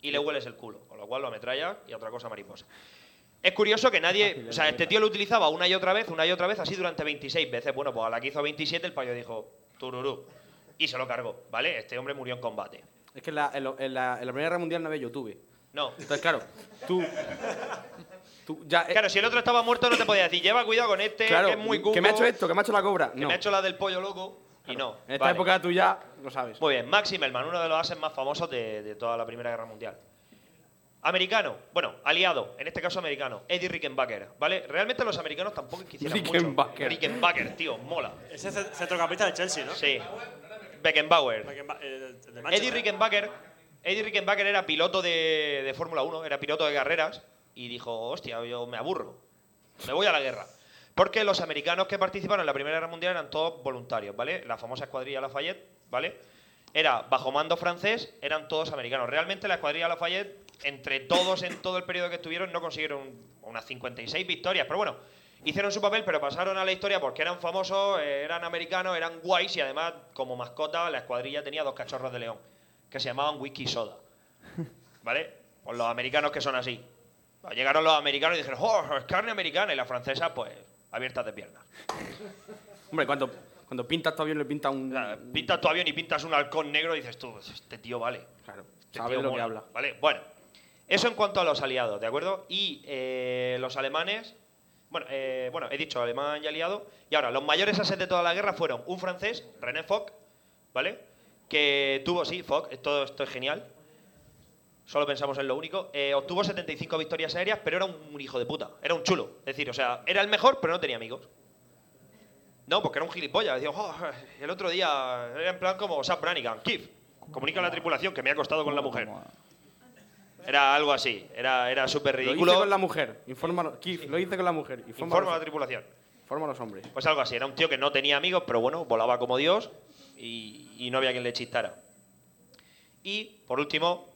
K: y le hueles el culo, con lo cual lo ametrallas y a otra cosa mariposa. Es curioso que nadie, o sea, este tío lo utilizaba una y otra vez, una y otra vez, así durante 26 veces. Bueno, pues a la que hizo 27 el payo dijo, tururú, y se lo cargó, ¿vale? Este hombre murió en combate.
J: Es que en la, en lo- en la- en la Primera Guerra Mundial no había YouTube.
K: No.
J: Entonces, claro, tú. tú ya, eh,
K: Claro, si el otro estaba muerto no te podía decir, lleva cuidado con este,
J: claro,
K: que es muy cuco,
J: me ha hecho esto, que me ha hecho la cobra.
K: que
J: No.
K: me ha hecho la del pollo loco, y no.
J: En esta época tú ya lo sabes.
K: Muy bien, Max Immelmann, uno de los ases más famosos de, de toda la Primera Guerra Mundial. Americano, bueno, aliado, en este caso americano, Eddie Rickenbacker, ¿vale? Realmente los americanos tampoco es que hicieran mucho.
J: Rickenbacker.
K: Rickenbacker, tío, mola.
H: Ese es el centrocampista del Chelsea, ¿no?
K: Sí. Beckenbauer.
H: Beckenba- el- el eh, de Manchester.
K: Eddie Rickenbacker, Eddie Rickenbacker era piloto de, de Fórmula 1, era piloto de carreras y dijo, hostia, yo me aburro, me voy a la guerra. Porque los americanos que participaron en la Primera Guerra Mundial eran todos voluntarios, ¿vale? La famosa escuadrilla Lafayette, ¿vale? Era bajo mando francés, eran todos americanos. Realmente la escuadrilla Lafayette, entre todos en todo el periodo que estuvieron, no consiguieron unas 56 victorias, pero bueno, hicieron su papel, pero pasaron a la historia porque eran famosos, eh, eran americanos, eran guays y además, como mascota, la escuadrilla tenía dos cachorros de león que se llamaban Whisky Soda. ¿Vale? Pues los americanos que son así. Llegaron los americanos y dijeron, ¡oh, es carne americana! Y las francesas, pues, abiertas de piernas.
J: Hombre, cuando, cuando pintas tu avión le pinta un.
K: Pintas tu avión y pintas un halcón negro y dices tú, este tío vale.
J: Claro,
K: Este
J: sabe
K: tío
J: lo que
K: mola,
J: habla.
K: Vale, bueno. Eso en cuanto a los aliados, ¿de acuerdo? Y eh, los alemanes. Bueno, eh, bueno, he dicho alemán y aliado. Y ahora, los mayores ases de toda la guerra fueron un francés, René Foch, ¿vale? Que tuvo, sí, Foch, esto, esto es genial. Solo pensamos en lo único. Eh, obtuvo 75 victorias aéreas, pero era un, un hijo de puta. Era un chulo. Es decir, o sea, era el mejor, pero no tenía amigos. No, porque era un gilipollas. Decía, "Oh, el otro día era en plan como Sam Brannigan, Keith, comunica a la tripulación que me ha acostado con la mujer. Era algo así, era, era súper
J: Lo hice
K: ridículo.
J: con la mujer. Infórmalo. Keith, lo hice con la mujer. Informa,
K: Informa a
J: a
K: la tripulación.
J: los- informa a los hombres.
K: Pues algo así, era un tío que no tenía amigos, pero bueno, volaba como Dios y, y no había quien le chistara. Y, por último,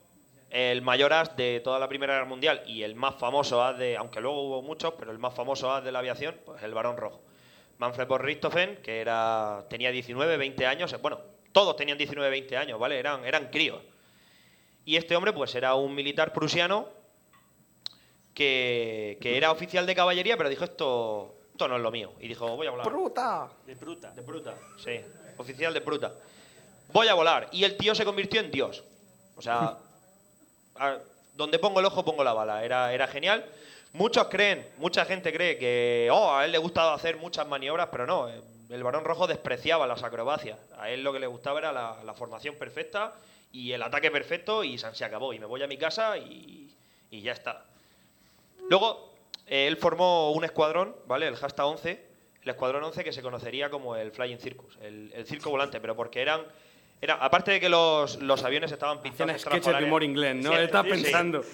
K: el mayor as de toda la Primera Guerra Mundial y el más famoso as de, aunque luego hubo muchos, pero el más famoso as de la aviación, pues el Barón Rojo. Manfred von Richthofen, que era, tenía 19, 20 años, bueno, todos tenían 19, 20 años, ¿vale? Eran, eran críos. Y este hombre, pues era un militar prusiano que, que era oficial de caballería, pero dijo, esto, esto no es lo mío. Y dijo, voy a volar.
J: ¡Bruta!
H: De Pruta. De
K: Pruta. Sí, oficial de Pruta. Voy a volar. Y el tío se convirtió en Dios. O sea, a- donde pongo el ojo, pongo la bala. Era, era genial. Muchos creen, mucha gente cree que, oh, a él le gustaba hacer muchas maniobras, pero no. eh, El varón rojo despreciaba las acrobacias. A él lo que le gustaba era la, la formación perfecta y el ataque perfecto y san- se acabó. Y me voy a mi casa y, y ya está. Luego, eh, él formó un escuadrón, ¿vale? El Hasta 11, el escuadrón 11 que se conocería como el Flying Circus, el, el circo volante, pero porque eran. Era, aparte de que los, los aviones estaban
J: Hacen
K: pintados
J: sketches de
K: estrafalariamente-
J: humor inglés, ¿no?
K: Sí,
J: Estás
K: sí, sí.
J: pensando.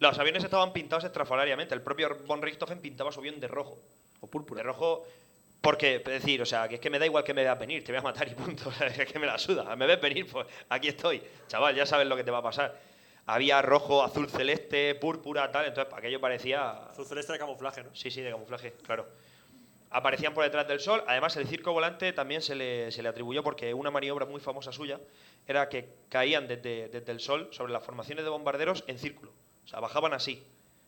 K: Los aviones estaban pintados estrafalariamente. El propio von Richthofen pintaba su avión de rojo.
J: O púrpura.
K: De rojo, porque, es decir, o sea, que es que me da igual que me veas venir, te voy a matar y punto. O sea, es que me la suda. Me ves venir, pues aquí estoy. Chaval, ya sabes lo que te va a pasar. Había rojo, azul celeste, púrpura, tal. Entonces, aquello parecía.
H: Azul celeste de camuflaje, ¿no?
K: Sí, sí, de camuflaje, claro. Aparecían por detrás del sol. Además, el circo volante también se le, se le atribuyó porque una maniobra muy famosa suya era que caían desde, desde el sol sobre las formaciones de bombarderos en círculo. O sea, bajaban así,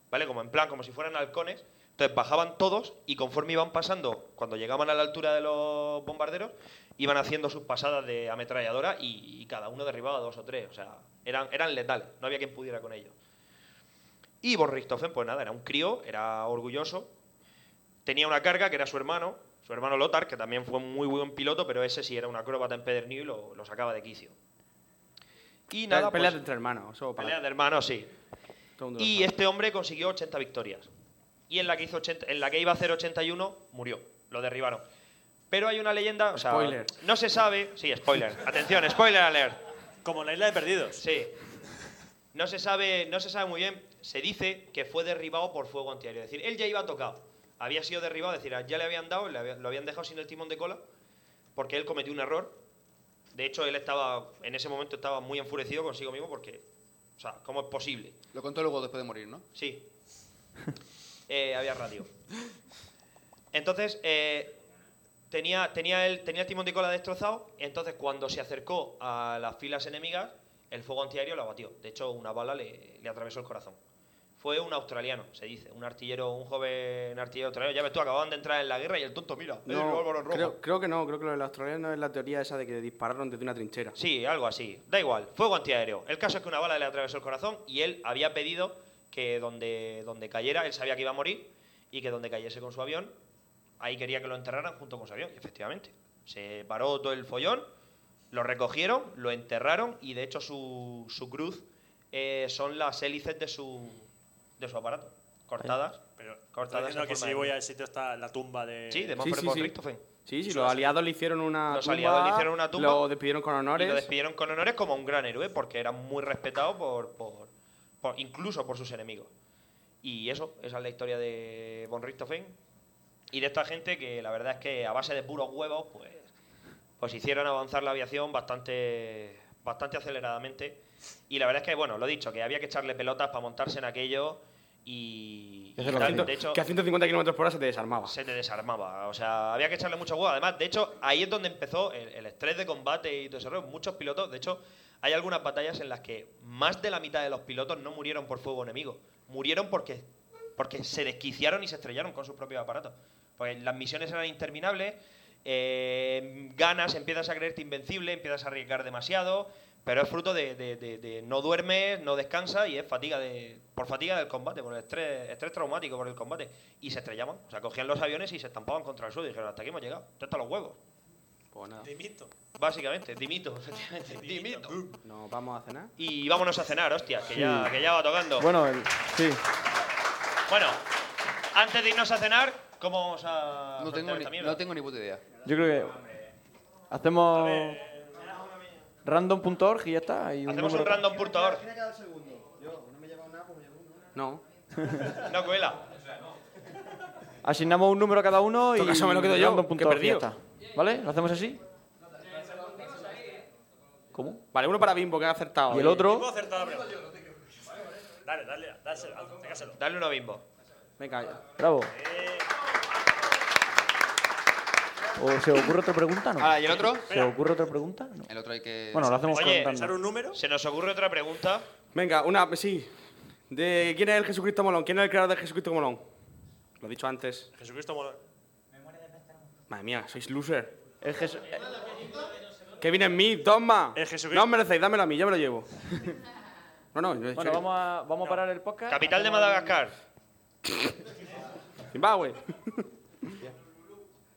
K: ¿vale? Como en plan, como si fueran halcones, Entonces bajaban todos y conforme iban pasando, cuando llegaban a la altura de los bombarderos, iban haciendo sus pasadas de ametralladora y, y cada uno derribaba dos o tres. O sea, eran, eran letales, no había quien pudiera con ellos. Y Borristofen, pues nada, era un crío, era orgulloso, tenía una carga que era su hermano, su hermano Lothar, que también fue un muy buen piloto, pero ese sí era un acróbata empedernido y lo, lo sacaba de quicio. Y nada,
J: Pelea
K: pues,
J: entre hermanos. eso para-
K: pelea de hermanos, sí.
J: todo el mundo lo
K: Y
J: sabe.
K: este hombre consiguió 80 victorias. Y en la que, hizo 80 en la que iba a hacer 81, murió. Lo derribaron. Pero hay una leyenda. o sea,
J: Spoiler.
K: No se sabe. Sí, spoiler. Atención, spoiler alert.
H: Como la isla de perdidos.
K: Sí. No se sabe, no se sabe muy bien. Se dice que fue derribado por fuego antiaéreo. Es decir, él ya iba tocado. Había sido derribado, es decir, ya le habían dado, le había- lo habían dejado sin el timón de cola, porque él cometió un error. De hecho, él estaba, en ese momento estaba muy enfurecido consigo mismo porque, o sea, ¿cómo es posible?
I: Lo contó luego después de morir, ¿no?
K: Sí. Eh, había radio. Entonces, eh, tenía, tenía, el, tenía el timón de cola destrozado. Entonces, cuando se acercó a las filas enemigas, el fuego antiaéreo lo abatió. De hecho, una bala le, le atravesó el corazón. Fue un australiano, se dice. Un artillero, un joven artillero australiano. Ya ves tú, acababan de entrar en la guerra y el tonto, mira, eh, el
J: No,
K: revólver en rojo.
J: creo, creo que no, creo que lo de los australianos es la teoría esa de que dispararon desde una trinchera.
K: Sí, algo así. Da igual, fuego antiaéreo. El caso es que una bala le atravesó el corazón y él había pedido que donde, donde cayera, él sabía que iba a morir y que donde cayese con su avión, ahí quería que lo enterraran junto con su avión. Y efectivamente, se paró todo el follón, lo recogieron, lo enterraron y de hecho su, su cruz eh, son las hélices de su, de su aparato, cortadas.
H: Pero
K: cortadas
H: cortadas. No,
K: en
H: que
K: forma
H: si
K: de-
H: voy al sitio está la tumba de.
K: Sí, de Manfred von Richthofen.
J: Sí, sí,
K: Eso
J: los
K: es.
J: aliados le hicieron una
K: Los
J: tumba,
K: aliados le hicieron una tumba.
J: Lo despidieron con honores.
K: Y lo despidieron con honores como un gran héroe, porque era muy respetado por, por- por- incluso por sus enemigos. Y eso, esa es la historia de Von Richthofen y de esta gente que la verdad es que a base de puros huevos, pues, pues hicieron avanzar la aviación bastante, bastante aceleradamente. Y la verdad es que, bueno, lo dicho, que había que echarle pelotas para montarse en aquello y,
J: Que
K: y
J: a
K: tal.
J: 100
K: de hecho,
J: que a 150 kilómetros por hora se te desarmaba.
K: se te desarmaba. O sea, había que echarle mucho huevo. Además, de hecho, ahí es donde empezó el, el estrés de combate y todo ese rollo. Muchos pilotos, de hecho, hay algunas batallas en las que más de la mitad de los pilotos no murieron por fuego enemigo. Murieron porque, porque se desquiciaron y se estrellaron con sus propios aparatos. Pues las misiones eran interminables, eh, ganas, empiezas a creerte invencible, empiezas a arriesgar demasiado, pero es fruto de, de- de- de no duermes, no descansas y es fatiga de, por fatiga del combate, por el estrés, estrés traumático por el combate. Y se estrellaban, o sea, cogían los aviones y se estampaban contra el suelo y dijeron, hasta aquí hemos llegado, ya están los huevos.
J: Pues nada.
H: Dimito.
K: Básicamente, dimito, efectivamente, dimito.
J: Nos vamos a cenar.
K: Y vámonos a cenar, hostia, que,
J: Sí.
K: ya, que ya va tocando.
M: Bueno, el- sí.
K: Bueno, antes de irnos a cenar, ¿cómo vamos a.?
I: No tengo, ni, no tengo ni puta idea.
M: Yo creo que hacemos random.org y ya está. y un
K: Hacemos un
M: número-
K: random.org.
J: No.
K: No cuela.
M: Asignamos un número a cada uno y
J: En todo caso me lo quedo yo,
M: random.org
J: que he perdido.
M: y ya está. ¿Vale? ¿Lo hacemos así? ¿Cómo?
J: Vale, uno para Bimbo, que ha acertado.
M: Y el otro-
H: ¿Puedo hacer toda la pregunta? Dale, dale, dáselo, déjaselo.
K: Dale uno a Bimbo.
J: Venga, ya.
M: Bravo. ¿O se ocurre otra pregunta? No.
I: Ah, ¿y el otro?
M: ¿Se ocurre otra pregunta? No.
I: El otro hay que.
M: Bueno, lo hacemos
K: Oye,
M: contando.
K: un número? Se nos ocurre otra pregunta.
J: Venga, una, sí. De, ¿Quién es el Jesucristo Molón? ¿Quién es el creador del Jesucristo Molón? Lo he dicho antes.
H: Jesucristo Molón.
J: Madre mía, sois loser. eh,
M: El Jesús.
J: Que viene en mí, toma.
H: El Jesucristo.
J: No os merecéis, dámelo a mí, yo me lo llevo. no, no, no.
M: Bueno, vamos a, vamos a parar el podcast.
K: Capital de
M: Hacemos-
K: Madagascar.
J: Zimbabue.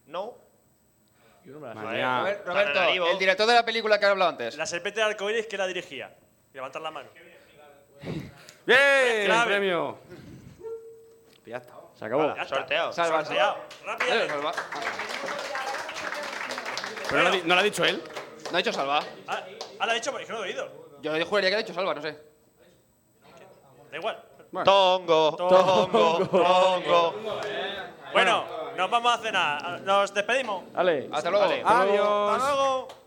K: No.
J: Madre mía.
I: Robert-
K: Tananarivo.
I: Roberto, el director de la película que he hablado antes.
H: La serpiente de arcoíris, ¿quién la dirigía? Levantar la mano.
J: ¡Bien!
H: Clave.
J: ¡Premio! Ya está.
M: Se acabó.
H: Ya está.
K: Sorteado.
I: Salva,
H: Cuidado, rápidamente.
I: Eh, salva.
J: Pero no, lo ha di- no lo ha dicho él.
I: No ha dicho salva.
H: Ah, ah, la ha dicho, pero es que no lo he oído.
I: Yo juraría que ha dicho salva, no sé.
H: Da igual.
K: Tongo, tongo, tongo.
H: Bueno, nos vamos a cenar. Nos despedimos.
M: Vale.
I: Hasta luego.
K: Vale.
M: Adiós.
H: Hasta luego.